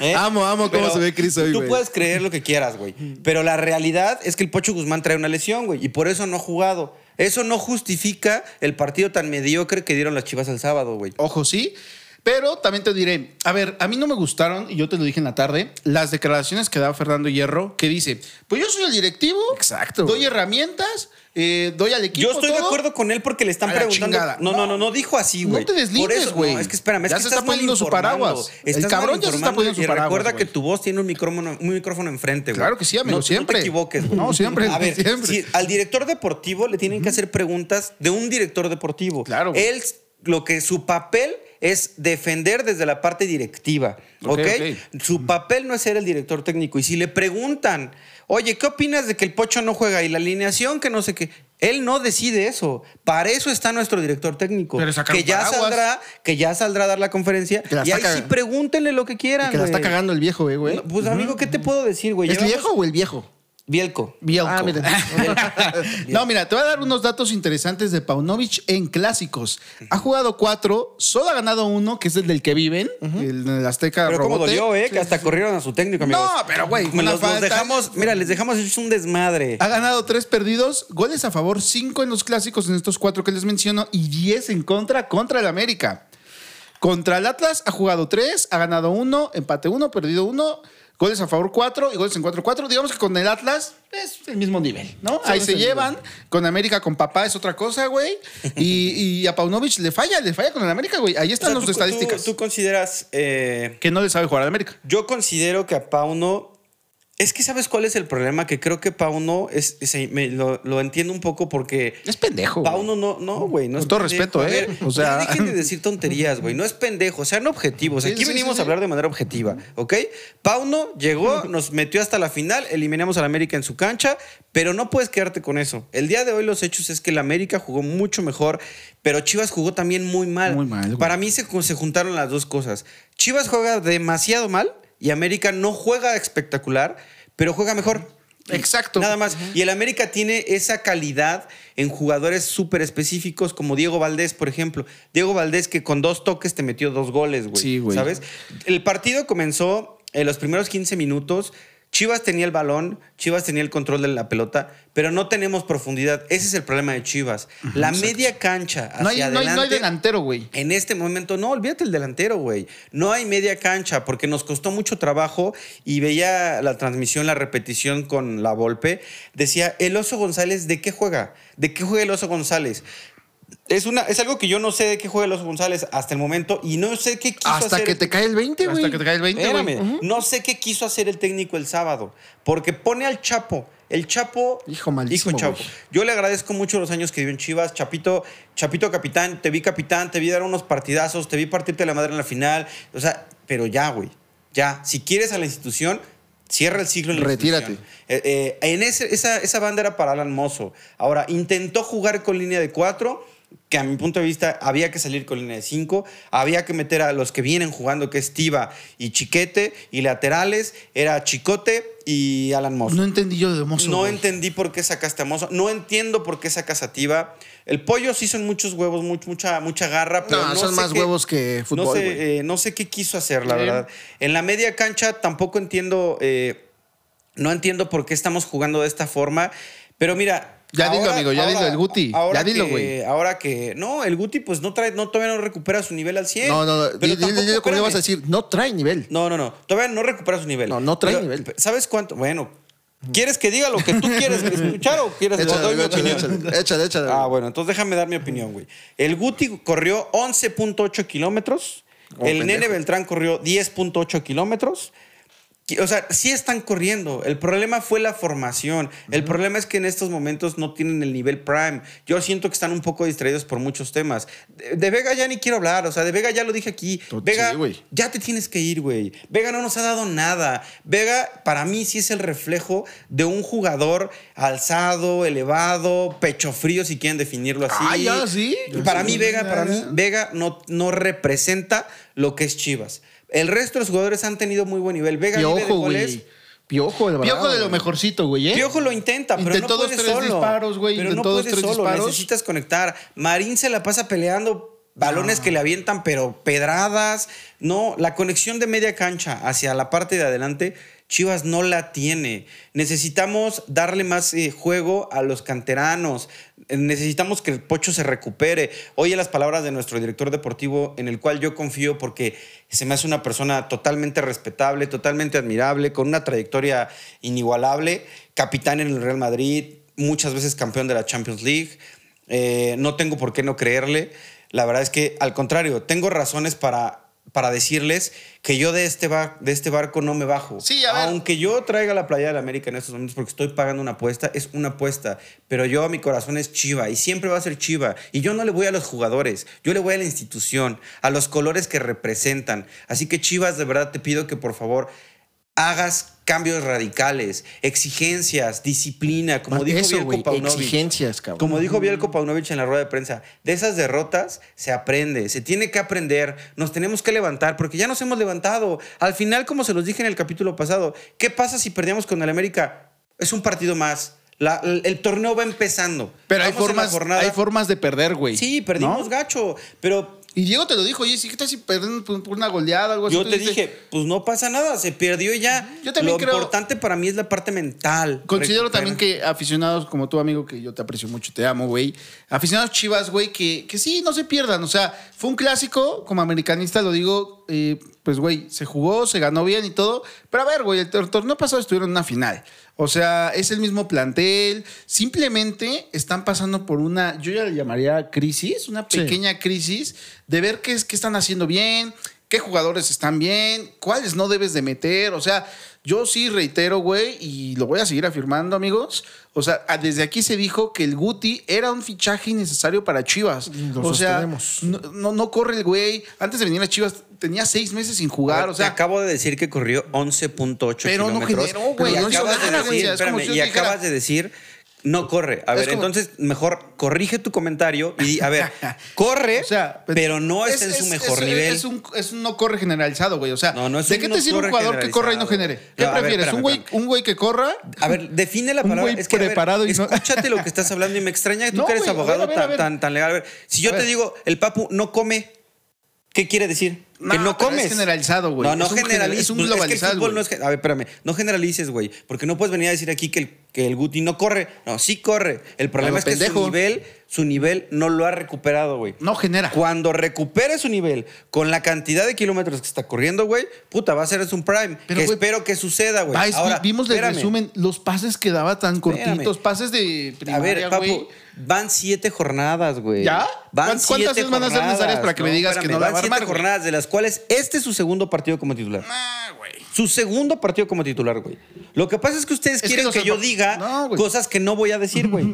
Speaker 2: ¿Eh?
Speaker 1: Amo, amo cómo
Speaker 2: Pero
Speaker 1: se ve Chris hoy,
Speaker 2: Tú
Speaker 1: güey.
Speaker 2: puedes creer lo que quieras, güey. Pero la realidad es que el Pocho Guzmán trae una lesión, güey. Y por eso no ha jugado. Eso no justifica el partido tan mediocre que dieron las chivas el sábado, güey.
Speaker 3: Ojo, sí. Pero también te diré, a ver, a mí no me gustaron, y yo te lo dije en la tarde, las declaraciones que da Fernando Hierro, que dice, pues yo soy el directivo,
Speaker 1: Exacto,
Speaker 3: doy
Speaker 1: güey.
Speaker 3: herramientas, eh, doy al equipo.
Speaker 2: Yo estoy de
Speaker 3: todo".
Speaker 2: acuerdo con él porque le están
Speaker 3: A la
Speaker 2: preguntando.
Speaker 3: chingada.
Speaker 2: No, no, no, no dijo así,
Speaker 3: No
Speaker 2: güey.
Speaker 3: te deslindes,
Speaker 2: Por eso-
Speaker 3: güey.
Speaker 2: No, es que espérame, es
Speaker 3: Ya
Speaker 2: que
Speaker 3: se
Speaker 2: estás
Speaker 3: está poniendo su
Speaker 2: malinformando.
Speaker 3: paraguas. El cabrón ya se
Speaker 2: Estás
Speaker 3: está
Speaker 2: malinformando
Speaker 3: poniendo su
Speaker 2: y Recuerda
Speaker 3: paraguas,
Speaker 2: que
Speaker 3: güey.
Speaker 2: tu voz tiene un micrófono, un micrófono enfrente, güey.
Speaker 3: Claro que sí, amigo,
Speaker 2: No-
Speaker 3: siempre.
Speaker 2: No te equivoques, güey.
Speaker 3: No, siempre,
Speaker 2: A ver,
Speaker 3: siempre.
Speaker 2: si al director deportivo le tienen que hacer preguntas de un director deportivo.
Speaker 3: Claro, güey.
Speaker 2: Él, lo que su papel es defender desde la parte directiva, ¿ok?
Speaker 3: Ok,
Speaker 2: Su papel no es ser el director técnico. Y si le preguntan, oye, ¿qué opinas de que el Pocho no juega y la alineación que no sé qué? Él no decide eso. Para eso está nuestro director técnico.
Speaker 3: Pero sacar
Speaker 2: que
Speaker 3: un
Speaker 2: ya
Speaker 3: paraguas.
Speaker 2: saldrá, que ya saldrá a dar la conferencia.
Speaker 1: Que la
Speaker 2: y ahí
Speaker 1: está
Speaker 2: sí
Speaker 1: cagando.
Speaker 2: pregúntenle lo que quieran.
Speaker 1: Que la está
Speaker 2: güey.
Speaker 1: cagando el viejo, eh, güey.
Speaker 2: No, pues amigo, ¿qué te puedo decir, güey?
Speaker 1: ¿Es
Speaker 2: Llevamos-
Speaker 1: viejo o el viejo?
Speaker 2: Bielko.
Speaker 3: Bielko.
Speaker 1: Ah, miren.
Speaker 3: no, mira, te voy a dar unos datos interesantes de Paunovic en clásicos. Ha jugado cuatro, solo ha ganado uno, que es el del que viven, el del Azteca
Speaker 2: Pero como
Speaker 3: Robote.
Speaker 2: dolió, ¿eh? Que hasta corrieron a su técnico, amigos.
Speaker 3: No, pero, güey,
Speaker 2: Me
Speaker 3: una
Speaker 2: Los, los
Speaker 3: falta-
Speaker 2: dejamos, mira, les dejamos hechos un desmadre.
Speaker 1: Ah,
Speaker 3: Ha ganado tres perdidos, goles a favor, cinco en los clásicos en estos cuatro que les menciono y diez en contra contra el América. Contra el Atlas ha jugado tres, ha ganado uno, empate uno, perdido uno, goles a favor cuatro y goles en cuatro cuatro. Digamos que con el Atlas es el mismo nivel, ¿no? Ahí se llevan. Con América, con papá es otra cosa, güey. Y, y a Paunovic le falla, le falla con el América, güey. Ahí
Speaker 2: O sea,
Speaker 3: están las
Speaker 2: tú-
Speaker 3: estadísticas.
Speaker 2: Tú, tú consideras. eh,
Speaker 3: que no le sabe jugar al América.
Speaker 2: yo considero que a Pauno. Es que sabes cuál es el problema, que creo que Pauno es, es- me- lo, lo entiendo un poco porque
Speaker 3: Es pendejo. güey.
Speaker 2: Pauno no, no, güey. No
Speaker 3: Con
Speaker 2: es
Speaker 3: todo respeto,
Speaker 2: pendejo. A
Speaker 3: ¿eh?
Speaker 2: ver,
Speaker 3: O sea-
Speaker 2: ya dejen de decir tonterías, güey. No es pendejo, sean objetivos.
Speaker 3: Sí,
Speaker 2: Aquí
Speaker 3: sí, sí,
Speaker 2: venimos
Speaker 3: sí.
Speaker 2: a hablar de manera objetiva, ¿ok? Pauno llegó, nos metió hasta la final, eliminamos al América en su cancha, pero no puedes quedarte con eso. El día de hoy los hechos es que el América jugó mucho mejor, pero Chivas jugó también muy mal.
Speaker 3: Muy mal, güey.
Speaker 2: Para mí se, se juntaron las dos cosas. Chivas juega demasiado mal y América no juega espectacular, pero juega mejor.
Speaker 3: Exacto.
Speaker 2: Nada más. Y el América tiene esa calidad en jugadores súper específicos, como Diego Valdés, por ejemplo. Diego Valdés que con dos toques te metió dos goles, güey.
Speaker 3: Sí, güey.
Speaker 2: ¿Sabes? El partido comenzó en los primeros 15 minutos. Chivas tenía el balón, Chivas tenía el control de la pelota, pero no tenemos profundidad. Ese es el problema de Chivas. La media cancha hacia
Speaker 3: No hay, no hay- no hay
Speaker 2: adelante.
Speaker 3: delantero, güey.
Speaker 2: En este momento, no, olvídate el delantero, güey. No hay media cancha porque nos costó mucho trabajo y veía la transmisión, la repetición con la Volpe. Decía, ¿el oso González de qué juega? ¿De qué juega el oso González? Es, una, es algo que yo no sé de qué juega el oso González hasta el momento y no sé qué quiso
Speaker 1: Hasta
Speaker 2: hacer.
Speaker 1: que te cae el 20, güey.
Speaker 3: Hasta que te cae el 20, güey.
Speaker 2: Espérame, no sé qué quiso hacer el técnico el sábado, porque pone al Chapo. El Chapo.
Speaker 1: Hijo malísimo,
Speaker 2: Hijo Chapo.
Speaker 1: güey.
Speaker 2: Yo le agradezco mucho los años que dio en Chivas. Chapito, Chapito capitán, te vi capitán, te vi dar unos partidazos, te vi partirte la madre en la final. O sea, pero ya, güey. Ya. Si quieres a la institución, cierra el ciclo en la
Speaker 1: Retírate.
Speaker 2: institución. Eh, eh, en ese- esa, esa banda era para Alan Mozo. Ahora, intentó jugar con línea de cuatro, que a mi punto de vista había que salir con línea de cinco, había que meter a los que vienen jugando, que es Tiva y Chiquete, y laterales, era Chicote y Alan Mozo.
Speaker 3: No entendí yo de Mozo.
Speaker 2: No
Speaker 3: güey.
Speaker 2: entendí por qué sacaste a Mozo. No entiendo por qué sacas a Tiva. El pollo sí son muchos huevos, much- mucha, mucha garra. Pero
Speaker 1: No,
Speaker 2: no
Speaker 1: son
Speaker 2: sé
Speaker 1: más
Speaker 2: qué-
Speaker 1: huevos que fútbol,
Speaker 2: No
Speaker 1: güey.
Speaker 2: sé, eh, no sé qué quiso hacer, la
Speaker 3: Sí.
Speaker 2: verdad. En la media cancha tampoco entiendo. eh, no entiendo por qué estamos jugando de esta forma. Pero mira.
Speaker 3: Ya dilo, amigo, ya dilo, el Guti.
Speaker 2: ahora
Speaker 3: Ya dilo,
Speaker 2: que-
Speaker 3: güey.
Speaker 2: Ahora que. No, el Guti, pues no trae, no, todavía no recupera su nivel al 100.
Speaker 1: No, no, no.
Speaker 2: Pero
Speaker 1: Dile, dile,
Speaker 2: tampoco-
Speaker 1: dile cómo le vas a
Speaker 2: espérame.
Speaker 1: decir. No trae nivel.
Speaker 2: No, no, no. Todavía no recupera su nivel.
Speaker 1: No, no trae
Speaker 2: Pero,
Speaker 1: nivel.
Speaker 2: ¿Sabes cuánto? Bueno, ¿quieres que diga lo que tú quieres escuchar o quieres que doy
Speaker 1: Échale,
Speaker 2: mi
Speaker 1: échale,
Speaker 2: opinión?
Speaker 1: échale. Échale, échale.
Speaker 2: Ah, bueno, entonces déjame dar mi opinión, güey. El Guti corrió 11.8 kilómetros.
Speaker 1: Como
Speaker 2: el Nene
Speaker 1: Oh, pendejo.
Speaker 2: Beltrán corrió 10.8 kilómetros. O sea, sí están corriendo. El problema fue la formación. El problema es que en estos momentos no tienen el nivel prime. Yo siento que están un poco distraídos por muchos temas. De, de Vega ya ni quiero hablar. O sea, de Vega ya lo dije aquí.
Speaker 1: Tot-
Speaker 2: Vega,
Speaker 1: sí, güey.
Speaker 2: ya te tienes que ir, güey. Vega no nos ha dado nada. Vega, para mí, sí es el reflejo de un jugador alzado, elevado, pecho frío, si quieren definirlo así.
Speaker 3: Ah, ya, sí.
Speaker 2: Para mí,
Speaker 3: Sí,
Speaker 2: Vega,
Speaker 3: ya,
Speaker 2: para
Speaker 3: ya.
Speaker 2: mí, Vega no, no representa lo que es Chivas. El resto de los jugadores han tenido muy buen nivel. Vega vive de
Speaker 3: Piojo,
Speaker 2: goles.
Speaker 3: güey.
Speaker 1: Piojo, el
Speaker 3: Piojo
Speaker 1: bravo,
Speaker 3: de lo
Speaker 1: güey.
Speaker 3: mejorcito, güey, ¿eh?
Speaker 2: Piojo lo intenta, pero
Speaker 3: Intentó
Speaker 2: no
Speaker 3: dos,
Speaker 2: puede
Speaker 3: tres
Speaker 2: solo.
Speaker 3: disparos, güey.
Speaker 2: Pero
Speaker 3: Intentó
Speaker 2: no
Speaker 3: dos,
Speaker 2: puede
Speaker 3: tres
Speaker 2: solo.
Speaker 3: disparos.
Speaker 2: Necesitas conectar. Marín se la pasa peleando balones que le avientan, pero pedradas. No, la conexión de media cancha hacia la parte de adelante, Chivas no la tiene. Necesitamos darle más eh, juego a los canteranos. Eh, Necesitamos que el Pocho se recupere. Oye las palabras de nuestro director deportivo, en el cual yo confío porque se me hace una persona totalmente respetable, totalmente admirable, con una trayectoria inigualable, capitán en el Real Madrid, muchas veces campeón de la Champions League. Eh, no tengo por qué no creerle. La verdad es que, al contrario, tengo razones para, para decirles que yo de este, ba- de este barco no me bajo.
Speaker 3: Sí, a ver.
Speaker 2: Aunque yo traiga la playa de la América en estos momentos porque estoy pagando una apuesta, es una apuesta. Pero yo, mi corazón es chiva y siempre va a ser chiva. Y yo no le voy a los jugadores, yo le voy a la institución, a los colores que representan. Así que, chivas, de verdad te pido que por favor hagas cambios radicales, exigencias, disciplina, como dijo
Speaker 1: Eso,
Speaker 2: Bielko
Speaker 1: güey.
Speaker 2: Paunovic.
Speaker 1: Exigencias, cabrón.
Speaker 2: Como dijo Bielko Paunovic en la rueda de prensa, de esas derrotas se aprende, se tiene que aprender, nos tenemos que levantar, porque ya nos hemos levantado. Al final, como se los dije en el capítulo pasado, ¿qué pasa si perdíamos con el América? Es un partido más. La- el, el torneo va empezando.
Speaker 3: Pero hay
Speaker 2: Vamos en la
Speaker 3: formas,
Speaker 2: jornada-
Speaker 3: hay formas de perder, güey.
Speaker 2: Sí, perdimos
Speaker 3: ¿no?
Speaker 2: gacho, pero.
Speaker 3: Y
Speaker 1: Y Diego te lo dijo, oye, si ¿qué tal si perdemos por por una goleada o algo
Speaker 2: Yo
Speaker 1: así? Tú
Speaker 2: te
Speaker 1: dices,
Speaker 2: dije, pues no pasa nada, se perdió y ya.
Speaker 1: Yo también
Speaker 2: Lo
Speaker 1: creo-
Speaker 2: importante para mí es la parte mental.
Speaker 3: Considero
Speaker 2: Recupera.
Speaker 3: también que aficionados como tu amigo, que yo te aprecio mucho, te amo, güey. Aficionados chivas, güey, que, que sí, no se pierdan. O sea, fue un clásico, como americanista lo digo, eh, pues, güey, se jugó, se ganó bien y todo. Pero a ver, güey, el tor- torneo pasado estuvieron en una final. O sea, es el mismo plantel. Simplemente están pasando por una, yo ya le llamaría crisis, una
Speaker 1: Sí.
Speaker 3: pequeña crisis de ver qué, es, qué están haciendo bien, qué jugadores están bien, cuáles no debes de meter. O sea, yo sí reitero, güey, y lo voy a seguir afirmando, amigos. O sea, a- desde aquí se dijo que el Guti era un fichaje innecesario para Chivas.
Speaker 1: Lo
Speaker 3: o sea,
Speaker 1: sostenemos.
Speaker 3: no, no, no corre el güey. Antes de venir a Chivas tenía seis meses sin
Speaker 2: A
Speaker 3: jugar.
Speaker 2: ver,
Speaker 3: O sea,
Speaker 2: te acabo de decir que corrió 11.8
Speaker 3: Pero no
Speaker 2: kilómetros.
Speaker 3: generó, güey,
Speaker 2: Y
Speaker 3: no hizo
Speaker 2: acabas de
Speaker 3: nada, güey,
Speaker 2: decir,
Speaker 3: o sea, es como
Speaker 2: espérame,
Speaker 3: si yo
Speaker 2: y
Speaker 3: te dijera-
Speaker 2: acabas de decir, no corre. A
Speaker 3: Es
Speaker 2: ver,
Speaker 3: como-
Speaker 2: entonces mejor corrige tu comentario y di, a ver, corre,
Speaker 3: O sea, pues,
Speaker 2: pero no está en su mejor
Speaker 3: es-
Speaker 2: nivel.
Speaker 3: Es un, es un no corre generalizado, güey. O sea,
Speaker 2: No, no es
Speaker 3: ¿de
Speaker 2: un
Speaker 3: qué
Speaker 2: no
Speaker 3: te sirve un
Speaker 2: corre
Speaker 3: jugador que corra y no
Speaker 2: generalizado.
Speaker 3: genere? ¿Qué
Speaker 2: No, a ver,
Speaker 3: prefieres?
Speaker 2: espérame,
Speaker 3: ¿Un güey-
Speaker 2: espérame.
Speaker 3: ¿Un güey que corra?
Speaker 2: A ver, define la
Speaker 3: Un
Speaker 2: palabra.
Speaker 3: güey
Speaker 2: Es que, a ver,
Speaker 3: preparado y no-
Speaker 2: escúchate lo que estás hablando y me extraña que tú
Speaker 3: No,
Speaker 2: que eres
Speaker 3: güey, a ver,
Speaker 2: abogado
Speaker 3: a ver, a
Speaker 2: tan,
Speaker 3: ver.
Speaker 2: tan, tan legal. A ver, si yo
Speaker 3: A
Speaker 2: te
Speaker 3: ver.
Speaker 2: digo, el papu no come, ¿qué quiere decir? que
Speaker 3: No,
Speaker 2: no
Speaker 3: pero es
Speaker 2: comes.
Speaker 3: generalizado, güey.
Speaker 2: No, no
Speaker 3: Es un gener-
Speaker 2: generalices.
Speaker 3: es un
Speaker 2: Pues que el
Speaker 3: globalizar,
Speaker 2: fútbol
Speaker 3: güey.
Speaker 2: no es gen- A ver, espérame. No generalices, güey. Porque no puedes venir a decir aquí que el, que el Guti no corre. No, sí corre. El problema
Speaker 3: Pero
Speaker 2: es que
Speaker 3: pendejo.
Speaker 2: su nivel, su nivel no lo ha recuperado, güey.
Speaker 3: No genera.
Speaker 2: Cuando recupere su nivel con la cantidad de kilómetros que está corriendo, güey, puta, va a ser un prime.
Speaker 3: Pero,
Speaker 2: que
Speaker 3: güey,
Speaker 2: espero que suceda, güey.
Speaker 3: Vais,
Speaker 2: Pues, Ahora,
Speaker 3: vimos el
Speaker 2: espérame.
Speaker 3: resumen, los pases que daba tan cortitos,
Speaker 2: Espérame.
Speaker 3: pases de
Speaker 2: A ver,
Speaker 3: primaria,
Speaker 2: papu,
Speaker 3: güey.
Speaker 2: van siete jornadas, güey.
Speaker 3: ¿Ya?
Speaker 2: Van
Speaker 3: ¿Cuán- cuántas
Speaker 2: siete
Speaker 3: veces van a ser
Speaker 2: jornadas?
Speaker 3: necesarias para que me digas que no la
Speaker 2: van
Speaker 3: va a
Speaker 2: siete
Speaker 3: armar, güey?
Speaker 2: jornadas, de las cuales este es su segundo partido como titular.
Speaker 3: Ah,
Speaker 2: Su segundo partido como titular, güey. Lo que pasa es que ustedes
Speaker 3: que
Speaker 2: quieren
Speaker 3: los
Speaker 2: que, yo
Speaker 3: alba-
Speaker 2: diga
Speaker 3: No, güey.
Speaker 2: cosas que no voy a decir, güey.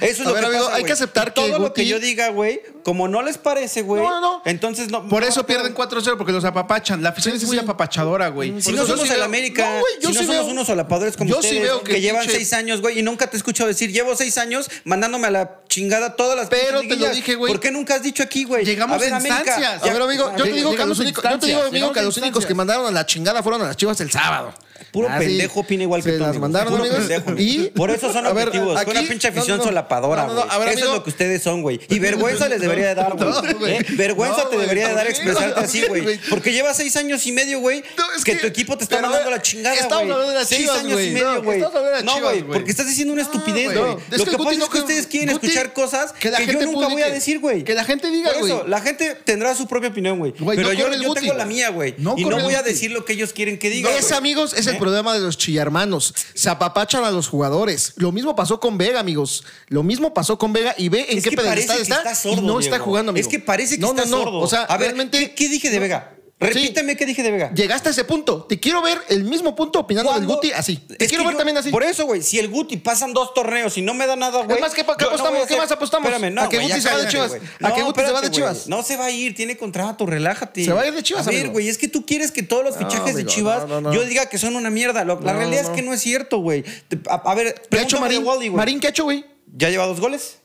Speaker 2: Eso es
Speaker 1: A
Speaker 2: lo
Speaker 1: ver,
Speaker 2: que
Speaker 1: amigo,
Speaker 2: pasa,
Speaker 1: hay
Speaker 2: güey.
Speaker 1: que aceptar
Speaker 2: Y
Speaker 1: que
Speaker 2: Todo lo que
Speaker 1: Guti-
Speaker 2: yo diga, güey, como no les parece, güey.
Speaker 1: No, no, no.
Speaker 2: Entonces no.
Speaker 3: Por
Speaker 2: no,
Speaker 3: eso
Speaker 2: no.
Speaker 3: pierden 4-0, porque los apapachan. La afición es muy apapachadora, güey.
Speaker 2: Pues, Si
Speaker 3: Por
Speaker 2: no
Speaker 3: eso yo
Speaker 2: somos
Speaker 3: sí
Speaker 2: el
Speaker 3: veo-
Speaker 2: América,
Speaker 3: No, güey, yo
Speaker 2: si no
Speaker 3: sí
Speaker 2: somos
Speaker 3: veo-
Speaker 2: unos solapadores como
Speaker 3: yo
Speaker 2: ustedes,
Speaker 3: sí veo
Speaker 2: que, llevan
Speaker 3: pinche-
Speaker 2: seis años, güey, y nunca te he escuchado decir, llevo seis años mandándome a la chingada todas las
Speaker 3: Pero
Speaker 2: pinches
Speaker 3: te lo
Speaker 2: liguillas".
Speaker 3: dije, güey.
Speaker 2: ¿Por qué nunca has dicho aquí, güey?
Speaker 3: Llegamos
Speaker 2: a ver,
Speaker 3: a
Speaker 2: América,
Speaker 3: instancias.
Speaker 1: A
Speaker 2: ya-
Speaker 1: ver, amigo, yo te
Speaker 3: Lleg-
Speaker 1: digo que a
Speaker 3: llegamos
Speaker 1: los
Speaker 3: a
Speaker 1: únicos, yo te digo,
Speaker 3: instancias,
Speaker 1: amigo, que a
Speaker 3: llegamos
Speaker 1: los
Speaker 3: a
Speaker 1: únicos que
Speaker 3: instancias.
Speaker 1: mandaron a la chingada fueron a las chivas el sábado.
Speaker 2: Puro
Speaker 1: Ah, sí.
Speaker 2: pendejo opina igual que
Speaker 1: Se
Speaker 2: tú,
Speaker 1: las
Speaker 2: amigo.
Speaker 1: mandaron,
Speaker 2: Puro
Speaker 1: amigos.
Speaker 2: pendejo, amigo.
Speaker 1: Y
Speaker 2: Por eso son
Speaker 1: a ver,
Speaker 2: objetivos. son una
Speaker 1: aquí-
Speaker 2: pinche afición
Speaker 1: no, no, no.
Speaker 2: solapadora,
Speaker 1: No,
Speaker 2: güey.
Speaker 1: no, no, a ver,
Speaker 2: eso
Speaker 1: amigo.
Speaker 2: es lo que ustedes son, güey. Y vergüenza les debería de dar, güey.
Speaker 3: No, güey.
Speaker 2: ¿Eh? Vergüenza
Speaker 1: No,
Speaker 2: te
Speaker 1: güey,
Speaker 2: debería de dar
Speaker 1: no,
Speaker 2: expresarte
Speaker 1: güey.
Speaker 2: así, güey. Porque llevas seis años y medio, güey,
Speaker 1: No, es
Speaker 2: que,
Speaker 1: que-
Speaker 2: tu equipo te está
Speaker 1: pero,
Speaker 2: mandando
Speaker 1: a ver,
Speaker 2: la chingada, güey.
Speaker 1: estamos hablando de las
Speaker 2: Seis
Speaker 1: Chivas,
Speaker 2: años
Speaker 1: güey.
Speaker 2: y
Speaker 1: No,
Speaker 2: medio, güey.
Speaker 1: estamos hablando de las
Speaker 2: No,
Speaker 1: Chivas,
Speaker 2: güey,
Speaker 1: güey.
Speaker 2: porque estás diciendo una
Speaker 1: No,
Speaker 2: estupidez,
Speaker 1: güey.
Speaker 2: güey.
Speaker 1: Es
Speaker 2: Lo
Speaker 1: que
Speaker 2: que
Speaker 1: el Guti
Speaker 2: pasa es
Speaker 1: no
Speaker 2: que
Speaker 1: creo-
Speaker 2: ustedes quieren
Speaker 1: Guti,
Speaker 2: escuchar cosas
Speaker 1: que
Speaker 2: que
Speaker 1: la
Speaker 2: yo
Speaker 1: gente
Speaker 2: nunca voy a
Speaker 1: publique.
Speaker 2: decir, güey.
Speaker 1: Que la gente diga,
Speaker 2: Por eso,
Speaker 1: güey.
Speaker 2: la gente tendrá su propia opinión, güey.
Speaker 3: Güey,
Speaker 2: Pero
Speaker 3: no
Speaker 2: yo
Speaker 3: corre el
Speaker 2: yo
Speaker 3: Guti,
Speaker 2: tengo la
Speaker 3: güey.
Speaker 2: mía, güey.
Speaker 3: No
Speaker 2: Y
Speaker 3: corre
Speaker 2: no
Speaker 3: el
Speaker 2: voy a
Speaker 3: Guti.
Speaker 2: decir lo que ellos quieren que diga.
Speaker 1: Es,
Speaker 2: güey.
Speaker 1: amigos, es el
Speaker 2: ¿Eh?
Speaker 1: problema de los chillarmanos. Se apapacharon a los jugadores. Lo mismo pasó con Vega, amigos. Lo mismo pasó con Vega y ve en
Speaker 2: Es
Speaker 1: qué
Speaker 2: que parece
Speaker 1: pedestal
Speaker 2: que
Speaker 1: está, y no
Speaker 2: sordo,
Speaker 1: está
Speaker 2: Diego.
Speaker 1: jugando, amigo.
Speaker 2: Es que parece que
Speaker 1: No,
Speaker 2: está
Speaker 1: no, no.
Speaker 2: sordo.
Speaker 1: O sea,
Speaker 2: a ver,
Speaker 1: realmente...
Speaker 2: ¿qué, qué dije de Vega? Repíteme qué dije de Vega.
Speaker 1: Llegaste a ese punto. Te quiero ver el mismo punto opinando del
Speaker 2: ¿Cuándo?
Speaker 1: Guti así. Te
Speaker 2: Es
Speaker 1: quiero
Speaker 2: que
Speaker 1: ver
Speaker 2: yo-
Speaker 1: también así.
Speaker 2: Por eso, güey, si el Guti pasan dos torneos y no me da nada, güey.
Speaker 1: más, ¿qué pa- qué
Speaker 2: yo no
Speaker 1: apostamos?
Speaker 2: voy a
Speaker 1: ¿Qué
Speaker 2: hacer-
Speaker 1: más apostamos?
Speaker 2: Espérame, no,
Speaker 1: ¿A que
Speaker 2: güey, ya
Speaker 1: Guti se va de
Speaker 2: cállate,
Speaker 1: Chivas?
Speaker 2: güey.
Speaker 1: ¿A que
Speaker 2: No,
Speaker 1: Guti se va de
Speaker 2: espérate,
Speaker 1: Chivas?
Speaker 2: güey. No se va a ir, tiene contrato, relájate.
Speaker 1: Se va a ir de Chivas,
Speaker 2: A ver,
Speaker 1: amigo.
Speaker 2: güey, es que tú quieres que todos los fichajes de
Speaker 1: amigo,
Speaker 2: Chivas
Speaker 1: no, no, no.
Speaker 2: yo diga que son una mierda. Lo- La
Speaker 1: No,
Speaker 2: realidad
Speaker 1: no.
Speaker 2: es que no es cierto, güey. Te- A a ver,
Speaker 1: ¿Qué ha hecho
Speaker 2: pregúntame de
Speaker 1: Marín?
Speaker 2: Wally, güey.
Speaker 1: ¿Marín qué ha hecho, güey?
Speaker 2: ¿Ya lleva dos goles?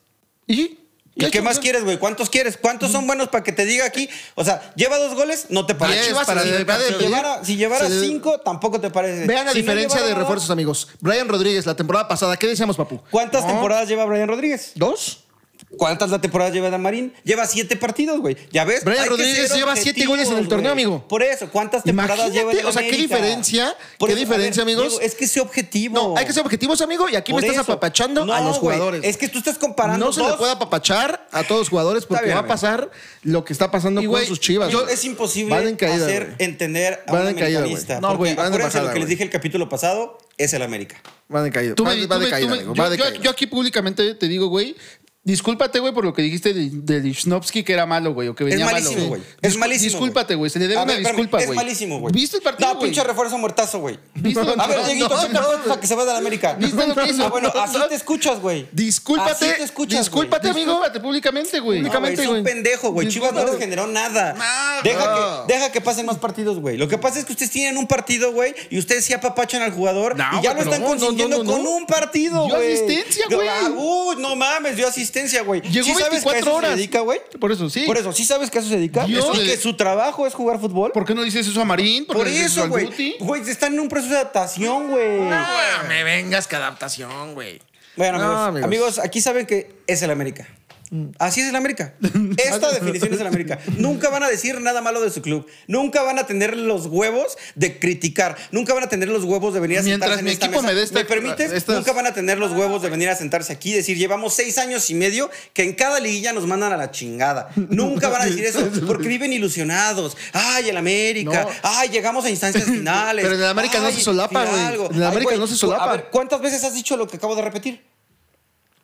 Speaker 1: ¿Y?
Speaker 2: ¿Y
Speaker 1: ha
Speaker 2: qué
Speaker 1: hecho?
Speaker 2: más quieres, güey? ¿Cuántos quieres? ¿Cuántos son buenos para que te diga aquí? O sea, lleva dos goles, no te
Speaker 1: Diez,
Speaker 2: parece.
Speaker 1: Chivas
Speaker 2: Para
Speaker 1: se
Speaker 2: si,
Speaker 1: le va a
Speaker 2: si
Speaker 1: despedir.
Speaker 2: llevara, si llevara
Speaker 1: Se le-
Speaker 2: cinco, tampoco te parece.
Speaker 1: Vean la
Speaker 2: Si no
Speaker 1: diferencia
Speaker 2: llevara
Speaker 1: de
Speaker 2: nada,
Speaker 1: refuerzos, amigos. Brian Rodríguez, la temporada pasada, ¿qué decíamos, papu?
Speaker 2: ¿Cuántas
Speaker 1: No.
Speaker 2: temporadas lleva Brian Rodríguez?
Speaker 1: ¿Dos?
Speaker 2: ¿Cuántas la temporada lleva Dan Marín? Lleva siete partidos, güey. ¿Ya ves?
Speaker 1: Brian
Speaker 2: que
Speaker 1: Rodríguez
Speaker 2: ser
Speaker 1: lleva siete
Speaker 2: objetivos,
Speaker 1: goles en el torneo,
Speaker 2: güey.
Speaker 1: amigo.
Speaker 2: Por eso, ¿cuántas temporadas
Speaker 1: Imagínate,
Speaker 2: lleva el
Speaker 1: o sea, ¿qué
Speaker 2: América?
Speaker 1: diferencia?
Speaker 2: Por
Speaker 1: ¿Qué
Speaker 2: eso, a
Speaker 1: diferencia, amigos?
Speaker 2: Diego, es que ese objetivo.
Speaker 1: No, hay que ser objetivos, amigo, y aquí
Speaker 2: Por
Speaker 1: me estás
Speaker 2: eso.
Speaker 1: apapachando a
Speaker 2: No,
Speaker 1: los
Speaker 2: güey,
Speaker 1: jugadores.
Speaker 2: Es que tú estás comparando
Speaker 1: no se le
Speaker 2: dos
Speaker 1: puede apapachar a todos los jugadores porque
Speaker 2: bien,
Speaker 1: va a
Speaker 2: amigo.
Speaker 1: pasar lo que está pasando
Speaker 3: Y,
Speaker 1: con
Speaker 3: güey,
Speaker 1: sus chivas.
Speaker 2: Yo-
Speaker 1: güey.
Speaker 2: es imposible
Speaker 1: Van en caída,
Speaker 2: hacer
Speaker 1: güey.
Speaker 2: entender a
Speaker 1: Van
Speaker 2: un
Speaker 1: en caída, güey.
Speaker 2: americanista.
Speaker 3: No, güey,
Speaker 2: porque
Speaker 3: van en
Speaker 2: acuérdense lo
Speaker 3: bajada,
Speaker 2: que les
Speaker 3: güey.
Speaker 2: dije el capítulo pasado, es el América.
Speaker 1: Van de caída.
Speaker 3: Tú me-
Speaker 1: Van-
Speaker 3: tú
Speaker 1: van de
Speaker 3: me-
Speaker 1: caída,
Speaker 3: tú me-
Speaker 1: amigo,
Speaker 3: yo-
Speaker 1: van de
Speaker 3: yo-
Speaker 1: caída.
Speaker 3: Yo aquí públicamente te digo, güey. Discúlpate, güey, por lo que dijiste del de Lichnowsky, que era malo, güey, o que venía
Speaker 2: malísimo,
Speaker 3: malo.
Speaker 2: güey. Es
Speaker 3: Discú-
Speaker 2: malísimo,
Speaker 3: Discúlpate, güey. Se le debe
Speaker 2: A
Speaker 3: una
Speaker 2: ver, espérame,
Speaker 3: disculpa, güey.
Speaker 2: Es malísimo, güey.
Speaker 3: ¿Viste el partido,
Speaker 2: No,
Speaker 3: güey?
Speaker 2: pinche refuerzo muertazo, güey.
Speaker 3: ¿Viste lo-
Speaker 2: A ver,
Speaker 3: No,
Speaker 2: Dieguito,
Speaker 3: no,
Speaker 2: ¿qué te
Speaker 3: no.
Speaker 2: apuestas para que se vaya de la América?
Speaker 3: ¿Viste lo que hizo?
Speaker 2: Ah, bueno, así
Speaker 3: No.
Speaker 2: te escuchas, güey.
Speaker 1: Discúlpate,
Speaker 2: Así te escuchas,
Speaker 1: discúlpate,
Speaker 2: güey.
Speaker 1: amigo.
Speaker 3: Discúlpate públicamente, güey.
Speaker 2: No, güey,
Speaker 1: Únicamente,
Speaker 2: es
Speaker 1: güey.
Speaker 2: un pendejo, güey. Chivas no les generó nada.
Speaker 3: Nada.
Speaker 2: Deja, que, deja que pasen más partidos, güey. Lo que pasa es que ustedes tienen un partido, güey, y ustedes sí apapachan al jugador
Speaker 3: No,
Speaker 2: y ya
Speaker 3: güey, pero
Speaker 2: lo están
Speaker 3: no, no,
Speaker 2: consiguiendo
Speaker 3: no, no,
Speaker 2: con
Speaker 3: no.
Speaker 2: un partido,
Speaker 3: Dio
Speaker 2: güey.
Speaker 3: asistencia,
Speaker 2: Dio-
Speaker 3: güey.
Speaker 2: Ah, Uy, no mames, dio asistencia, güey.
Speaker 3: Llegó
Speaker 2: ¿Sí sabes que a
Speaker 3: 24
Speaker 2: eso
Speaker 3: horas.
Speaker 2: se dedica, güey?
Speaker 3: Por eso, sí.
Speaker 2: Por eso, ¿sí sabes que a eso se dedica?
Speaker 3: Dios.
Speaker 2: ¿Y que su trabajo es jugar fútbol?
Speaker 3: ¿Por qué no dices eso a Marín?
Speaker 2: Por
Speaker 3: qué no dices
Speaker 2: eso,
Speaker 3: al
Speaker 2: güey. Pues
Speaker 3: Guti?
Speaker 2: Güey, están en un proceso de adaptación, güey.
Speaker 1: me vengas que adaptación, güey.
Speaker 2: Bueno,
Speaker 1: No,
Speaker 2: amigos,
Speaker 1: amigos.
Speaker 2: amigos, aquí saben que es el América.
Speaker 3: Mm.
Speaker 2: Así es el América. Esta definición es el América. Nunca van a decir nada malo de su club. Nunca van a tener los huevos de criticar. Nunca van a tener los huevos de venir a
Speaker 3: Mientras
Speaker 2: sentarse
Speaker 3: mi
Speaker 2: en esta
Speaker 3: equipo
Speaker 2: mesa.
Speaker 3: me dé esta-
Speaker 2: permites?
Speaker 3: estas-
Speaker 2: Nunca van a tener los huevos de venir a sentarse aquí y decir, llevamos seis años y medio que en cada liguilla nos mandan a la chingada. Nunca van a decir eso porque viven ilusionados. Ay, el América.
Speaker 3: No.
Speaker 2: Ay, llegamos a instancias finales.
Speaker 1: Pero en el América no
Speaker 2: Ay,
Speaker 1: se solapa, güey.
Speaker 2: Fidalgo.
Speaker 1: En el
Speaker 2: Ay,
Speaker 1: América
Speaker 2: güey,
Speaker 1: no se
Speaker 2: cu-
Speaker 1: solapa.
Speaker 2: A ver, ¿cuántas veces has dicho lo que acabo de repetir?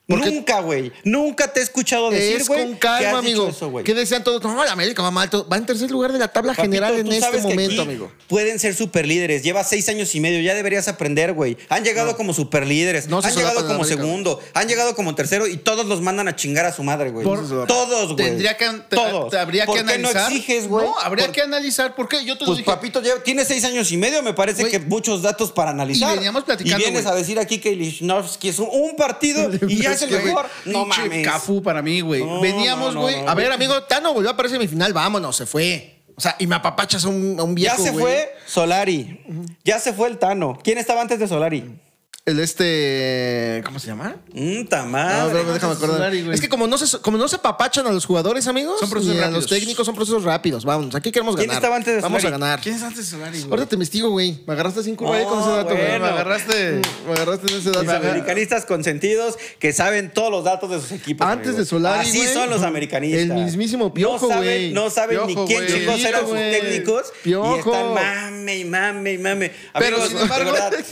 Speaker 1: Porque-
Speaker 2: Nunca, güey. Nunca te he escuchado decir,
Speaker 1: es
Speaker 2: güey.
Speaker 1: con
Speaker 2: que has
Speaker 1: calma,
Speaker 2: dicho
Speaker 1: amigo.
Speaker 2: eso, güey.
Speaker 1: ¿Qué decían todos? No, la América va mal. todo- Va en tercer lugar de la tabla
Speaker 2: Papito,
Speaker 1: general
Speaker 2: tú
Speaker 1: en este
Speaker 2: sabes que
Speaker 1: momento,
Speaker 2: aquí
Speaker 1: amigo.
Speaker 2: Pueden ser superlíderes. Llevas seis años y medio. Ya deberías aprender, güey. Han llegado como superlíderes.
Speaker 1: No se
Speaker 2: han llegado
Speaker 1: solapan en
Speaker 2: como
Speaker 1: América,
Speaker 2: segundo. Han llegado como tercero. Y todos los mandan a chingar a su madre, güey.
Speaker 3: Por- No se solapan.
Speaker 2: Todos, güey.
Speaker 3: Tendría que, te-
Speaker 2: todos.
Speaker 3: te habría
Speaker 2: ¿Por
Speaker 3: que
Speaker 2: qué
Speaker 3: analizar.
Speaker 2: no exiges, güey?
Speaker 3: No, habría
Speaker 2: Por-
Speaker 3: que analizar. ¿Por qué? Yo te lo
Speaker 2: Pues
Speaker 3: dije.
Speaker 2: papito, ya tiene seis años y medio, me parece
Speaker 3: Güey.
Speaker 2: que muchos datos para analizar.
Speaker 3: Y veníamos platicando,
Speaker 2: Y vienes
Speaker 3: güey.
Speaker 2: a decir aquí que Lichnowsky es un, un partido y ya es el
Speaker 3: que, güey,
Speaker 2: mejor. No
Speaker 3: pinche
Speaker 2: mames.
Speaker 3: Cafú para mí, güey.
Speaker 2: No,
Speaker 3: Veníamos,
Speaker 2: no, no,
Speaker 3: güey.
Speaker 2: no,
Speaker 3: a
Speaker 1: A
Speaker 3: ver,
Speaker 1: ver, amigo, Tano volvió a aparecer en mi final. Vámonos, se fue. O sea, y me apapachas a un, a un
Speaker 2: Ya
Speaker 1: viejo,
Speaker 2: se
Speaker 1: güey.
Speaker 2: fue Solari. Ya se fue el Tano. ¿Quién estaba antes de Solari?
Speaker 1: El este...
Speaker 2: eh,
Speaker 1: ¿Cómo se llama?
Speaker 2: Mmm,
Speaker 1: No,
Speaker 2: tamal.
Speaker 1: pero déjame acordar.
Speaker 3: Solari, güey.
Speaker 1: es que como no, se, como no se apapachan a los jugadores, amigos,
Speaker 3: Son procesos
Speaker 1: ni a
Speaker 3: rápidos.
Speaker 1: los técnicos son procesos rápidos. Vamos, aquí queremos
Speaker 2: ¿Quién
Speaker 1: ganar.
Speaker 2: estaba antes de
Speaker 1: Vamos a
Speaker 2: Solari?
Speaker 1: ganar.
Speaker 3: ¿quién es antes de Solari, güey?
Speaker 1: Ahorita te investigo, güey. Me agarraste sin curva ahí con ese
Speaker 2: Oh,
Speaker 1: dato, güey.
Speaker 2: bueno.
Speaker 3: Me agarraste.
Speaker 1: Me agarraste en ese
Speaker 2: Los
Speaker 1: dato.
Speaker 2: americanistas consentidos que saben todos los datos de sus equipos.
Speaker 1: Antes
Speaker 2: amigo.
Speaker 1: de Solari,
Speaker 2: Así
Speaker 1: güey,
Speaker 2: son los americanistas.
Speaker 1: el mismísimo Piojo,
Speaker 2: No
Speaker 1: güey.
Speaker 2: saben, no saben
Speaker 3: Piojo,
Speaker 2: ni quién
Speaker 3: güey.
Speaker 2: chicos eran sus
Speaker 1: Piojo,
Speaker 2: técnicos.
Speaker 1: Piojo.
Speaker 2: Y están mame y mame y mame.
Speaker 3: Pero,
Speaker 2: Pero
Speaker 3: sin embargo-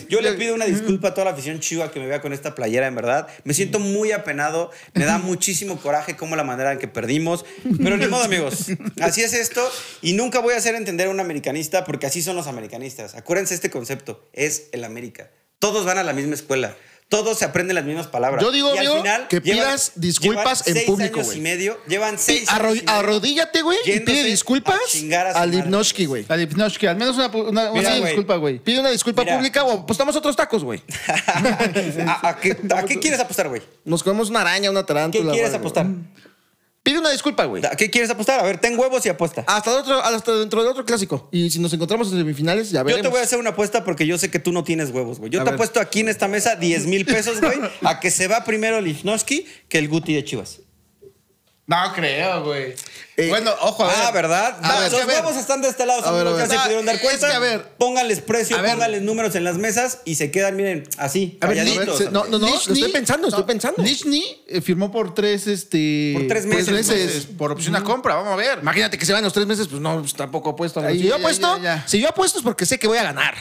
Speaker 2: yo le pido una disculpa a toda la afición chiva que me vea con esta playera, en verdad. Me siento muy apenado. Me da muchísimo coraje como la manera en que perdimos. Pero ni modo, amigos. Así es esto. Y nunca voy a hacer entender a un americanista porque así son los americanistas. Acuérdense este concepto. Es el América. Todos van a la misma escuela. Todos se aprenden las mismas palabras.
Speaker 1: Yo digo,
Speaker 2: Y al
Speaker 1: amigo, que
Speaker 2: llevan-
Speaker 1: pidas
Speaker 2: llevan
Speaker 1: disculpas en
Speaker 2: seis
Speaker 1: público,
Speaker 2: años
Speaker 1: güey.
Speaker 2: y medio, llevan seis
Speaker 1: Arro-
Speaker 2: años y medio.
Speaker 1: arrodíllate, güey, y
Speaker 2: Yéndose
Speaker 1: pide disculpas
Speaker 2: a chingar a su
Speaker 1: al
Speaker 2: madre.
Speaker 1: Ipnoshki, güey.
Speaker 3: A Lipnowski, al menos una, pu- una,
Speaker 2: Mira,
Speaker 3: una
Speaker 2: güey.
Speaker 3: disculpa, güey.
Speaker 1: Pide una disculpa
Speaker 2: Mira.
Speaker 1: pública o apostamos otros tacos, güey.
Speaker 2: ¿A, a qué, a qué quieres apostar, güey?
Speaker 1: Nos comemos una araña, una
Speaker 2: ¿Qué
Speaker 1: tarántula.
Speaker 2: quieres
Speaker 1: o algo.
Speaker 2: apostar?
Speaker 1: Pide una disculpa, güey.
Speaker 2: ¿A qué quieres apostar? A ver, ten huevos y apuesta.
Speaker 1: Hasta, otro, hasta dentro del otro clásico. Y si nos encontramos en semifinales, ya veremos.
Speaker 2: Yo te voy a hacer una apuesta porque yo sé que tú no tienes huevos, güey. Yo
Speaker 3: A
Speaker 2: te
Speaker 3: ver.
Speaker 2: apuesto aquí en esta mesa 10 mil pesos, güey, a que se va primero Lichnowsky que el Guti de Chivas.
Speaker 3: No creo, güey.
Speaker 1: Eh,
Speaker 3: bueno, ojo, a ver.
Speaker 2: Ah, ¿verdad?
Speaker 3: A ver,
Speaker 2: Los
Speaker 3: es que a ver.
Speaker 2: huevos están de este lado,
Speaker 1: A ver,
Speaker 2: amigos,
Speaker 1: a
Speaker 2: ya
Speaker 1: ver.
Speaker 2: se
Speaker 1: Ah,
Speaker 2: pudieron dar
Speaker 1: es
Speaker 2: cuenta.
Speaker 1: que a ver.
Speaker 2: pónganles precio,
Speaker 3: A ver.
Speaker 2: pónganles números en las mesas y se quedan, miren, así,
Speaker 1: A ver, di-
Speaker 2: calladitos.
Speaker 1: se- no, no, no, lo
Speaker 3: Nishni-
Speaker 1: estoy pensando, estoy pensando.
Speaker 3: Nishni eh, firmó por tres, este.
Speaker 2: Por tres meses, pues.
Speaker 3: Por opción a compra, vamos a ver.
Speaker 1: Imagínate que se van los tres meses, pues no, pues, tampoco apuesto. amigo.
Speaker 3: Ahí,
Speaker 1: si yo
Speaker 3: ya,
Speaker 1: apuesto,
Speaker 3: ya, ya.
Speaker 1: si yo apuesto es porque sé que voy a ganar.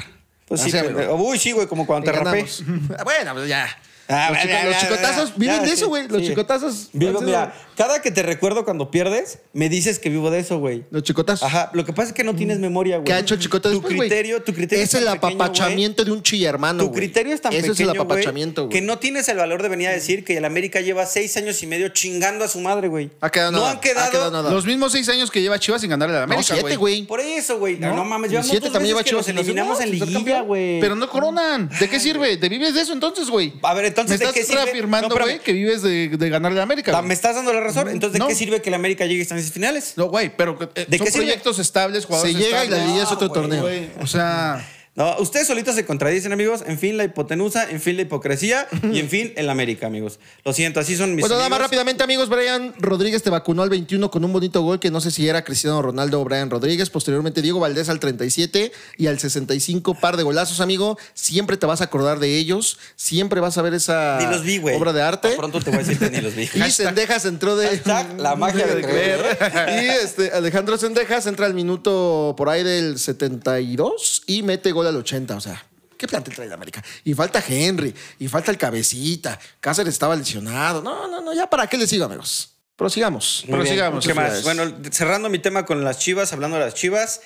Speaker 2: Pues sí,
Speaker 1: Así, amigo.
Speaker 2: pero- uy, sí, güey, como
Speaker 1: Y
Speaker 2: cuando te rapé.
Speaker 1: ganamos. bueno, pues ya.
Speaker 2: Ah,
Speaker 1: los,
Speaker 2: ya,
Speaker 1: chico-
Speaker 2: ya,
Speaker 1: los
Speaker 2: ya,
Speaker 1: chicotazos
Speaker 2: ya,
Speaker 1: viven
Speaker 2: ya,
Speaker 1: de
Speaker 2: sí,
Speaker 1: eso, güey. Los
Speaker 2: sí.
Speaker 1: chicotazos.
Speaker 2: Vivo-
Speaker 1: han sido-
Speaker 2: mira, cada que te recuerdo cuando pierdes, me dices que vivo de eso, güey.
Speaker 1: Los chicotazos.
Speaker 2: Ajá, lo que pasa es que no tienes memoria, güey.
Speaker 1: Mm. ¿Qué ha hecho el chicote
Speaker 2: tu
Speaker 1: después, güey?
Speaker 2: criterio, tu criterio
Speaker 1: Es
Speaker 2: tan
Speaker 1: el
Speaker 2: pequeño, güey.
Speaker 1: apapachamiento de un chillermano,
Speaker 2: Tu
Speaker 1: güey.
Speaker 2: criterio es tan
Speaker 1: Eso
Speaker 2: pequeño,
Speaker 1: es el
Speaker 2: güey,
Speaker 1: apapachamiento, güey.
Speaker 2: que no tienes el valor de venir a decir que el América lleva seis años y medio chingando a su madre, güey.
Speaker 1: Ha quedado
Speaker 2: no
Speaker 1: nada,
Speaker 2: han
Speaker 1: ha
Speaker 2: quedado,
Speaker 1: quedado nada.
Speaker 3: Los mismos seis años que lleva Chivas sin ganarle a la
Speaker 1: No,
Speaker 3: América,
Speaker 1: siete, güey.
Speaker 2: Por eso, güey. No,
Speaker 3: ¿No?
Speaker 2: no mames, llevamos
Speaker 1: Y siete
Speaker 2: dos
Speaker 1: también
Speaker 2: veces que
Speaker 1: lleva Chivas
Speaker 2: nos
Speaker 1: en la
Speaker 2: eliminamos en
Speaker 1: final,
Speaker 2: liguilla, güey.
Speaker 3: Pero no coronan. ¿De qué sirve? ¿De vives de eso entonces, güey?
Speaker 2: A ver, entonces,
Speaker 3: Me
Speaker 2: ¿de
Speaker 3: estás
Speaker 2: qué sirve?
Speaker 3: reafirmando,
Speaker 2: No, espérame.
Speaker 3: güey, que vives de, de ganarle a la América.
Speaker 2: Ta-
Speaker 3: güey.
Speaker 2: ¿Me estás dando la razón? Entonces, ¿de
Speaker 3: No.
Speaker 2: qué sirve que el América llegue a instancias finales?
Speaker 3: No, güey, pero eh,
Speaker 2: ¿De
Speaker 3: son
Speaker 2: qué sirve?
Speaker 3: proyectos estables, jugadores
Speaker 1: Se llega y la
Speaker 3: estables.
Speaker 1: liguilla es otro
Speaker 2: güey,
Speaker 1: torneo.
Speaker 3: Güey, O sea,
Speaker 2: No, ustedes solitos se contradicen, amigos. En fin, la hipotenusa, en fin, la hipocresía y en fin, el América, amigos. Lo siento, así son mis
Speaker 1: Bueno, nada más
Speaker 2: amigos.
Speaker 1: rápidamente, amigos. Brian Rodríguez te vacunó al 21 con un bonito gol que no sé si era Cristiano Ronaldo o Brian Rodríguez. Posteriormente, Diego Valdés al 37 y al 65, par de golazos, amigo. Siempre te vas a acordar de ellos. Siempre vas a ver esa
Speaker 2: Ni los vi, güey.
Speaker 1: obra de arte.
Speaker 2: Ah, Pronto te voy a decir que ni los vi.
Speaker 1: Y Sendejas entró de.
Speaker 2: Hashtag la magia de creer.
Speaker 1: Y este, Alejandro Sendejas entra al minuto por ahí del 72 y mete gol al 80. O sea, ¿qué plantel trae la América? Y falta Henry, y falta el Cabecita. Cáceres estaba lesionado. No, no, no, ya para qué le sigo, amigos. Prosigamos.
Speaker 2: Muy bien,
Speaker 3: Prosigamos.
Speaker 2: ¿Qué más?
Speaker 1: Felicidades.
Speaker 2: Bueno, cerrando mi tema con las chivas, hablando de las chivas,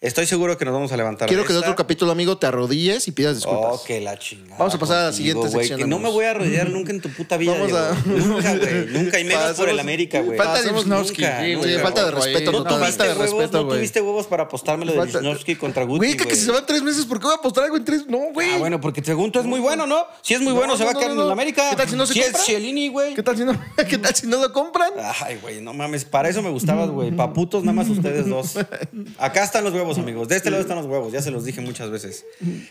Speaker 2: estoy seguro que nos vamos a levantar.
Speaker 1: Quiero
Speaker 2: de
Speaker 1: que en
Speaker 2: esta.
Speaker 1: otro capítulo, amigo, te arrodilles y pidas disculpas.
Speaker 2: Oh, que la chingada.
Speaker 1: Vamos a pasar a la siguiente
Speaker 2: güey,
Speaker 1: sección,
Speaker 2: que no me
Speaker 1: amigos.
Speaker 2: voy a arrodillar nunca en tu puta vida.
Speaker 1: Vamos
Speaker 2: Diego.
Speaker 1: a-
Speaker 2: Nunca, güey. Nunca y menos por el
Speaker 1: Pasemos-
Speaker 2: América, güey.
Speaker 3: falta de
Speaker 1: Pasemos
Speaker 3: Wisnowski.
Speaker 2: nunca,
Speaker 3: Sí,
Speaker 2: nunca,
Speaker 3: güey,
Speaker 1: falta de
Speaker 3: güey.
Speaker 1: respeto
Speaker 2: No
Speaker 1: total.
Speaker 2: tuviste
Speaker 1: Falta de
Speaker 2: huevos,
Speaker 1: respeto,
Speaker 2: no
Speaker 1: güey.
Speaker 2: tuviste huevos para apostármelo de
Speaker 1: Falta-
Speaker 2: Lichnowsky contra Guti.
Speaker 1: Güey, que, que si se van tres meses, ¿por qué voy a apostar algo en tres? No, güey.
Speaker 2: Ah, bueno, porque según tú es muy bueno, ¿no? Si es muy
Speaker 1: No,
Speaker 2: bueno, se
Speaker 1: no,
Speaker 2: va
Speaker 1: no,
Speaker 2: a quedar
Speaker 1: no,
Speaker 2: en
Speaker 1: no.
Speaker 2: el América.
Speaker 1: ¿Qué tal si no se
Speaker 2: Si es
Speaker 1: compra?
Speaker 2: Chiellini, güey.
Speaker 1: ¿Qué tal si no, ¿qué tal si no lo compran?
Speaker 2: Ay, güey, no mames, para eso me gustaba, güey. Paputos, nada más ustedes dos. Acá están los huevos, huevos, amigos. De este lado están los huevos, ya se los dije muchas veces.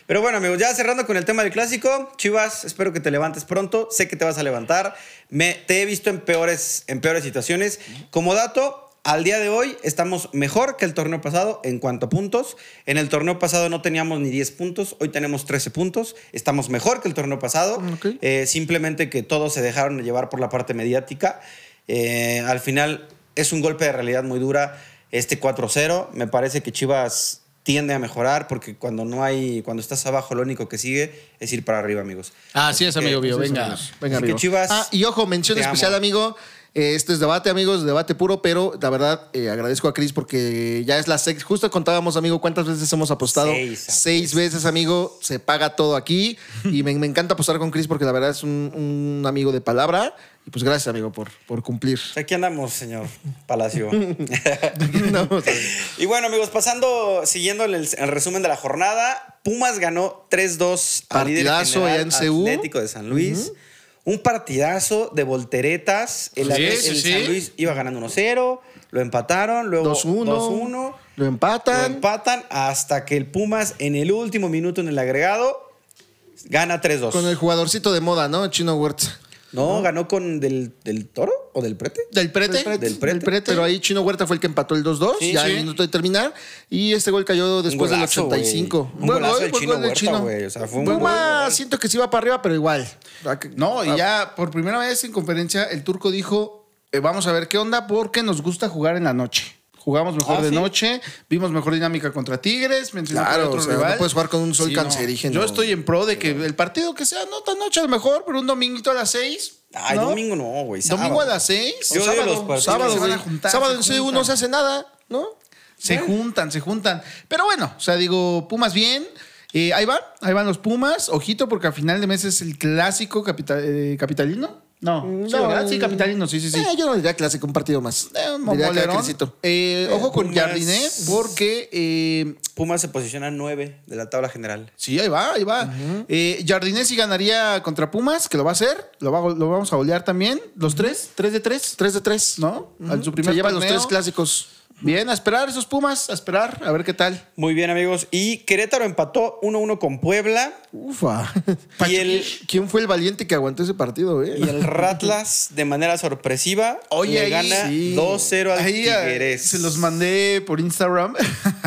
Speaker 2: Pero bueno, amigos, ya cerrando con el tema del clásico. Chivas, espero que te levantes pronto. Sé que te vas a levantar. Me, te he visto en peores, en peores situaciones. Como dato. Al día de hoy estamos mejor que el torneo pasado en cuanto a puntos. En el torneo pasado no teníamos ni 10 puntos, hoy tenemos 13 puntos. Estamos mejor que el torneo pasado.
Speaker 1: Ok.
Speaker 2: Eh, simplemente que todos se dejaron llevar por la parte mediática. Eh, al final es un golpe de realidad muy dura este 4-0. Me parece que Chivas tiende a mejorar porque cuando no hay, cuando estás abajo, lo único que sigue es ir para arriba, amigos.
Speaker 3: Así Ah, es, amigo mío.
Speaker 1: Así es,
Speaker 3: Venga.
Speaker 1: amigos. Venga,
Speaker 2: Así que
Speaker 1: amigo.
Speaker 2: Chivas,
Speaker 1: Ah, y ojo, mención
Speaker 2: te amo.
Speaker 1: especial, amigo. Eh, Este es debate, amigos, debate puro, pero la verdad eh, agradezco a Cris porque ya es la sexta. Justo contábamos, amigo, cuántas veces hemos apostado.
Speaker 2: Seis ah, apuestas.
Speaker 1: Seis veces, amigo. Se paga todo aquí. Y me, me encanta apostar con Cris porque la verdad es un, un amigo de palabra. Y pues gracias, amigo, por, por cumplir.
Speaker 2: Aquí andamos, señor Palacio.
Speaker 1: No, o sea,
Speaker 2: Y bueno, amigos, pasando, siguiendo el, el resumen de la jornada, Pumas ganó 3-2 al líder
Speaker 1: Partidazo
Speaker 2: general
Speaker 1: allá en Seúl.
Speaker 2: Atlético de San Luis. Un partidazo de volteretas. El,
Speaker 3: Sí,
Speaker 2: Atl-
Speaker 3: sí,
Speaker 2: el
Speaker 3: sí.
Speaker 2: San Luis iba ganando 1-0, lo empataron, luego
Speaker 1: 2-1.
Speaker 2: 2-1.
Speaker 1: Lo
Speaker 2: Lo
Speaker 1: empatan.
Speaker 2: empatan hasta que el Pumas en el último minuto en el agregado gana 3-2.
Speaker 1: con el jugadorcito de moda, ¿no? Chino Huerta.
Speaker 2: No, ganó con del, del Toro o del Prete.
Speaker 3: ¿Del prete?
Speaker 2: Del prete.
Speaker 1: Pero ahí Chino Huerta fue el que empató el 2-2,
Speaker 2: Sí,
Speaker 1: ya
Speaker 3: sí.
Speaker 1: en el minuto de terminar. Y este gol cayó después
Speaker 2: golazo,
Speaker 1: del 85.
Speaker 2: güey. Un golazo del Chino Huerta, güey. O sea, fue un buen
Speaker 1: Puma,
Speaker 2: gol.
Speaker 1: siento que se iba para arriba, pero igual.
Speaker 3: No,
Speaker 1: Ah.
Speaker 3: y ya por primera vez en conferencia el turco dijo, eh, vamos a ver qué onda porque nos gusta jugar en la noche. Jugamos mejor
Speaker 2: Ah,
Speaker 3: de
Speaker 2: ¿sí?
Speaker 3: noche, vimos mejor dinámica contra Tigres, mencionó que
Speaker 1: Claro,
Speaker 3: era otro
Speaker 1: o sea,
Speaker 3: rival.
Speaker 1: no puedes jugar con un sol
Speaker 3: no.
Speaker 1: cancerígeno.
Speaker 3: Yo estoy en pro de que el partido que sea no tan noche a lo mejor, pero un dominguito a las seis.
Speaker 2: Ay,
Speaker 3: ¿no?
Speaker 2: domingo no, güey.
Speaker 3: Domingo a
Speaker 2: sábado.
Speaker 3: las seis.
Speaker 2: Yo
Speaker 3: o
Speaker 2: odio
Speaker 3: sábado,
Speaker 2: los partidos.
Speaker 3: sábado,
Speaker 1: Sábado,
Speaker 3: se van a
Speaker 1: güey.
Speaker 3: juntar,
Speaker 1: Sábado
Speaker 3: se
Speaker 1: en CU
Speaker 3: juntan.
Speaker 1: no se hace nada, ¿no?
Speaker 3: Se juntan, se juntan. Pero bueno, o sea, digo, Pumas bien. Eh, ahí van, ahí van los Pumas. Ojito, porque a final de mes es el clásico capita- eh, capitalino. No, sí, ¿verdad? Sí, capitalino, sí, sí, sí.
Speaker 1: Mm, Eh, yo no diría clásico, un partido más.
Speaker 3: Eh, un
Speaker 1: Diría que
Speaker 3: molerón.
Speaker 1: Crisito.
Speaker 3: Eh, ojo con
Speaker 2: Pumas.
Speaker 3: Jardiné, porque eh,
Speaker 2: Pumas se posiciona 9 de la tabla general.
Speaker 3: sí, ahí va, ahí va. Eh, Jardiné sí ganaría contra Pumas, que lo va a hacer, lo, va a go- lo vamos a golear también. Los tres, tres de tres,
Speaker 1: 3 de 3.
Speaker 3: ¿no? Al su primer
Speaker 1: Se lleva los
Speaker 3: torneo.
Speaker 1: tres clásicos.
Speaker 3: Bien, a esperar esos Pumas, a esperar, a ver qué tal.
Speaker 2: Muy bien, amigos. Y Querétaro empató 1-1 con Puebla.
Speaker 1: Ufa.
Speaker 2: Y el,
Speaker 1: ¿Quién fue el valiente que aguantó ese partido, eh?
Speaker 2: y el Ratlas, de manera sorpresiva, le
Speaker 3: ahí
Speaker 2: gana
Speaker 3: sí.
Speaker 2: 2-0 al
Speaker 3: Ahí, ah,
Speaker 2: Tigres.
Speaker 3: Se los mandé por Instagram.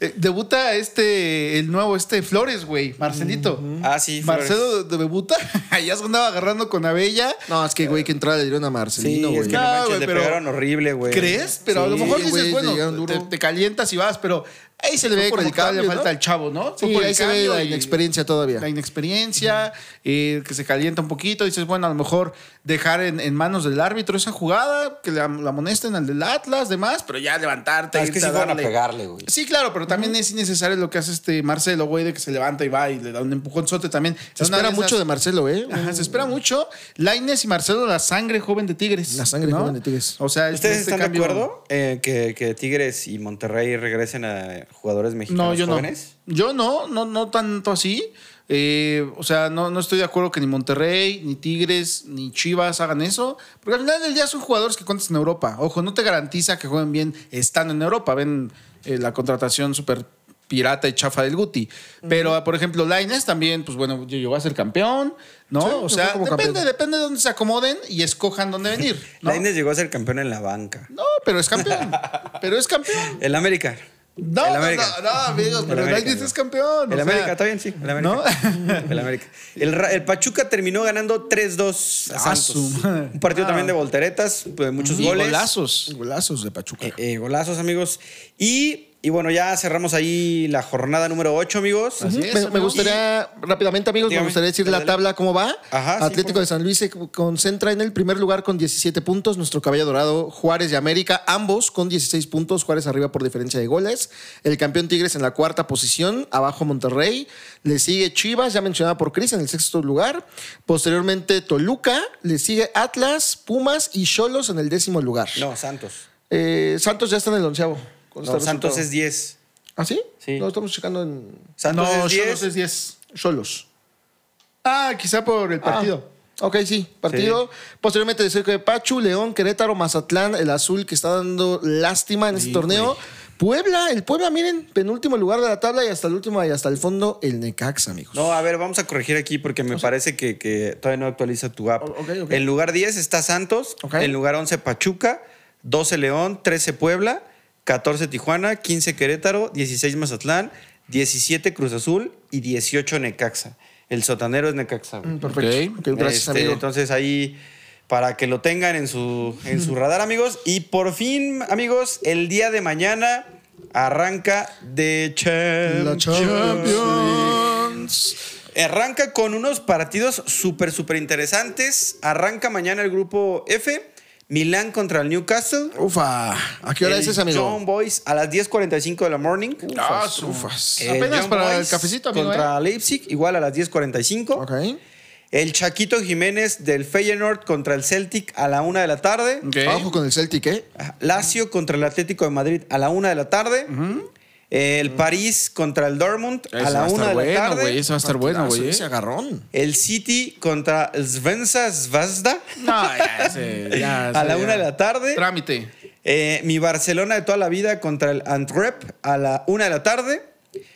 Speaker 3: Eh, debuta este, el nuevo, este Flores, güey, Marcelito.
Speaker 2: Ah, sí, Flores.
Speaker 3: Marcelo de- debuta. ya se andaba agarrando con Abella.
Speaker 1: No, es que, güey, que entrada le dieron a
Speaker 2: Sí,
Speaker 1: Marcelino,
Speaker 2: es
Speaker 1: güey.
Speaker 2: que no
Speaker 3: No,
Speaker 2: manches,
Speaker 3: güey,
Speaker 2: le
Speaker 3: pero-
Speaker 2: pegaron horrible, güey.
Speaker 3: ¿Crees? Pero a lo
Speaker 1: Sí,
Speaker 3: mejor dices,
Speaker 1: güey, llegaron
Speaker 3: bueno,
Speaker 1: duro.
Speaker 3: te, te calientas y vas, pero ahí se le
Speaker 1: Fue
Speaker 3: ve
Speaker 1: por el
Speaker 3: como que todavía
Speaker 1: cambio,
Speaker 3: falta
Speaker 1: ¿no?
Speaker 3: el chavo, ¿no? Fue
Speaker 1: Sí,
Speaker 3: por el
Speaker 1: ahí se ve
Speaker 3: cambio
Speaker 1: la
Speaker 3: y-
Speaker 1: inexperiencia todavía.
Speaker 3: La inexperiencia, eh, que se calienta un poquito, dices, bueno, a lo mejor dejar en, en manos del árbitro esa jugada, que la, la amonesten al del Atlas, demás, pero ya levantarte.
Speaker 2: Ah, es que
Speaker 3: irte
Speaker 2: sí fueron a
Speaker 3: darle.
Speaker 2: pegarle, güey.
Speaker 3: Sí, claro, pero también es innecesario lo que hace este Marcelo, güey, de que se levanta y va y le da un empujonzote también.
Speaker 1: Se
Speaker 3: Una
Speaker 1: espera
Speaker 3: esas-
Speaker 1: mucho de Marcelo, ¿eh?
Speaker 3: Ajá, se espera mucho. Laines y Marcelo, la sangre joven de Tigres.
Speaker 1: La sangre joven de Tigres.
Speaker 3: O sea,
Speaker 2: ¿Ustedes
Speaker 3: este
Speaker 2: están
Speaker 3: cambio-
Speaker 2: de acuerdo eh, que, que Tigres y Monterrey regresen a jugadores mexicanos
Speaker 3: No, yo
Speaker 2: jóvenes?
Speaker 3: no. Yo no, no, no tanto así. Eh, o sea, no, no estoy de acuerdo que ni Monterrey, ni Tigres, ni Chivas hagan eso. Porque al final del día son jugadores que cuentas en Europa. Ojo, no te garantiza que jueguen bien estando en Europa. Ven eh, la contratación súper pirata y chafa del Guti. Pero, ah, por ejemplo, Laines también, pues bueno, llegó a ser campeón, ¿no?
Speaker 1: Sí,
Speaker 3: o
Speaker 1: fue
Speaker 3: sea,
Speaker 1: como
Speaker 3: depende,
Speaker 1: campeón.
Speaker 3: depende de dónde se acomoden y escojan dónde venir. ¿no?
Speaker 2: Lainez llegó a ser campeón en la banca.
Speaker 3: no, pero es campeón. pero es campeón.
Speaker 2: El América.
Speaker 3: No,
Speaker 2: El
Speaker 3: no,
Speaker 2: América.
Speaker 3: no, no, amigos, pero
Speaker 2: El América,
Speaker 3: Lainez
Speaker 2: no.
Speaker 3: es campeón.
Speaker 2: El
Speaker 3: o sea,
Speaker 2: América, está bien, sí. El América. El América. El, Ra- el Pachuca terminó ganando 3-2 a
Speaker 3: Ah,
Speaker 2: Santos.
Speaker 3: su madre. Ah.
Speaker 2: Un partido también de volteretas, pues, muchos
Speaker 3: Y
Speaker 2: goles.
Speaker 3: golazos.
Speaker 1: Golazos de Pachuca.
Speaker 2: Eh, eh, golazos, amigos. Y, y bueno, ya cerramos ahí la jornada número 8, amigos.
Speaker 3: Así
Speaker 1: Me-
Speaker 3: es,
Speaker 1: me,
Speaker 3: amigos.
Speaker 1: gustaría, rápidamente amigos,
Speaker 2: Dígame.
Speaker 1: me gustaría decir
Speaker 2: Dale,
Speaker 1: la
Speaker 2: dale.
Speaker 1: tabla cómo va.
Speaker 2: Ajá, sí,
Speaker 1: Atlético
Speaker 2: por
Speaker 1: de San Luis se concentra en el primer lugar con 17 puntos, nuestro caballo dorado Juárez y América, ambos con 16 puntos, Juárez arriba por diferencia de goles, el campeón Tigres en la cuarta posición, abajo Monterrey, le sigue Chivas, ya mencionada por Cris, en el sexto lugar, posteriormente Toluca, le sigue Atlas, Pumas y Cholos en el décimo lugar.
Speaker 2: No, Santos.
Speaker 1: Eh, Santos ya está en el onceavo. con
Speaker 2: No,
Speaker 1: este
Speaker 2: Santos
Speaker 1: resultado.
Speaker 2: es 10.
Speaker 1: ¿Ah, sí?
Speaker 2: Sí.
Speaker 1: No, estamos checando en...
Speaker 2: Santos
Speaker 3: no,
Speaker 2: es
Speaker 3: Cholos
Speaker 2: 10.
Speaker 3: es 10.
Speaker 1: Cholos.
Speaker 3: Ah, quizá por el partido.
Speaker 1: partido. Ok, sí, partido. Posteriormente de cerca de Pachu, León, Querétaro, Mazatlán, el azul que está dando lástima en este torneo. Puebla, el Puebla, miren, penúltimo lugar de la tabla y hasta el último y hasta el fondo, el Necaxa, amigos.
Speaker 2: No, a ver, vamos a corregir aquí porque me parece que, que todavía no actualiza tu app.
Speaker 1: O- ok, ok.
Speaker 2: En lugar 10 está Santos,
Speaker 1: Ok.
Speaker 2: en lugar 11 Pachuca, 12 León, 13 Puebla, 14 Tijuana, 15 Querétaro, 16 Mazatlán, 17 Cruz Azul y 18 Necaxa. El sotanero es Necaxa. güey.
Speaker 1: Perfecto.
Speaker 3: Ok.
Speaker 1: Ok, Mm, gracias,
Speaker 2: Este,
Speaker 1: amigo.
Speaker 2: Entonces ahí para que lo tengan en su, en su radar, amigos. Y por fin, amigos, el día de mañana arranca de
Speaker 1: La Champions
Speaker 2: Arranca con unos partidos súper, súper interesantes. Arranca mañana el grupo F. Milán contra el Newcastle.
Speaker 1: Ufa, ¿a qué hora
Speaker 2: El
Speaker 1: es ese, amigo?
Speaker 2: John Boys a las 10.45 de la morning.
Speaker 1: Ah, ufas.
Speaker 2: El
Speaker 3: Eh, Apenas
Speaker 2: Eh, Young
Speaker 3: para el
Speaker 2: Boys
Speaker 3: cafecito, amigo, ¿eh?
Speaker 2: Contra Leipzig, igual a las 10.45.
Speaker 1: Ok.
Speaker 2: El Chaquito Jiménez del Feyenoord contra el Celtic a la 1 de la tarde. Ah,
Speaker 3: Ok.
Speaker 1: Ojo con el Celtic, ¿eh?
Speaker 2: Lazio contra el Atlético de Madrid a la 1 de la tarde. El París contra el Dortmund a
Speaker 3: Ese va
Speaker 2: la 1
Speaker 3: estar
Speaker 2: de la
Speaker 3: bueno,
Speaker 2: tarde.
Speaker 3: güey, ese va a estar
Speaker 5: Ah,
Speaker 3: bueno,
Speaker 1: Partidazo,
Speaker 3: güey.
Speaker 1: Ese
Speaker 3: ¿eh?
Speaker 1: agarrón.
Speaker 2: El City contra el Svensa Svazda
Speaker 3: No, ya, ese, ya,
Speaker 2: a
Speaker 3: ese,
Speaker 2: la
Speaker 3: ya.
Speaker 2: 1 de la tarde.
Speaker 3: Trámite.
Speaker 2: Eh, mi Barcelona de toda la vida contra el Antwerp a la 1 de la tarde.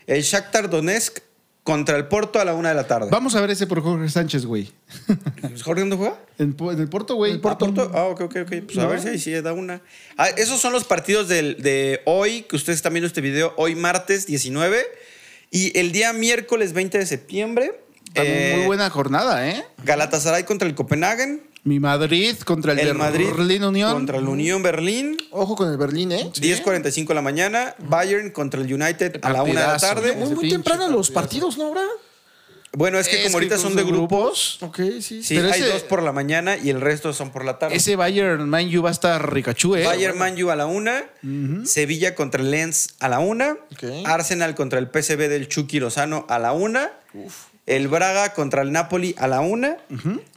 Speaker 2: El Shakhtar Donetsk contra el Porto a la 1 de la tarde.
Speaker 3: Vamos a ver ese por Jorge Sánchez, güey.
Speaker 2: ¿Jorge dónde juega?
Speaker 3: En, Po- en el Ah, Porto, güey.
Speaker 2: ¿El Porto? Ah, ok, ok, ok. Pues a ver si ahí sí da una. Ah, esos son los partidos del- de hoy, que ustedes están viendo este video, hoy martes 19. Y el día miércoles 20 de septiembre.
Speaker 3: También
Speaker 2: eh,
Speaker 3: Ah, muy buena jornada, ¿eh?
Speaker 2: Galatasaray contra el Copenhagen.
Speaker 3: Mi Madrid contra el,
Speaker 2: El, Madrid
Speaker 3: Berlín Unión.
Speaker 2: contra el Unión Berlín.
Speaker 1: Ojo con el Berlín, ¿eh?
Speaker 2: 10.45 de la mañana. Bayern contra el United a la 1 de la
Speaker 3: Partidazo.
Speaker 2: tarde.
Speaker 1: Muy,
Speaker 3: Ese
Speaker 1: muy
Speaker 3: pinche
Speaker 1: temprano los partidos, ¿no, habrá?
Speaker 2: Bueno, es que como ahorita son de grupo.
Speaker 1: Ok, sí.
Speaker 2: Sí,
Speaker 3: Pero
Speaker 2: hay
Speaker 3: ese-
Speaker 2: dos por la mañana y el resto son por la tarde.
Speaker 3: Ese Bayern Man U va a estar ricachú, ¿eh?
Speaker 2: Bayern Manju a la 1. Sevilla contra el Lens a la 1.
Speaker 1: Ok.
Speaker 2: Arsenal contra el PSV del Chucky Lozano a la 1. El Braga contra el Napoli a la 1.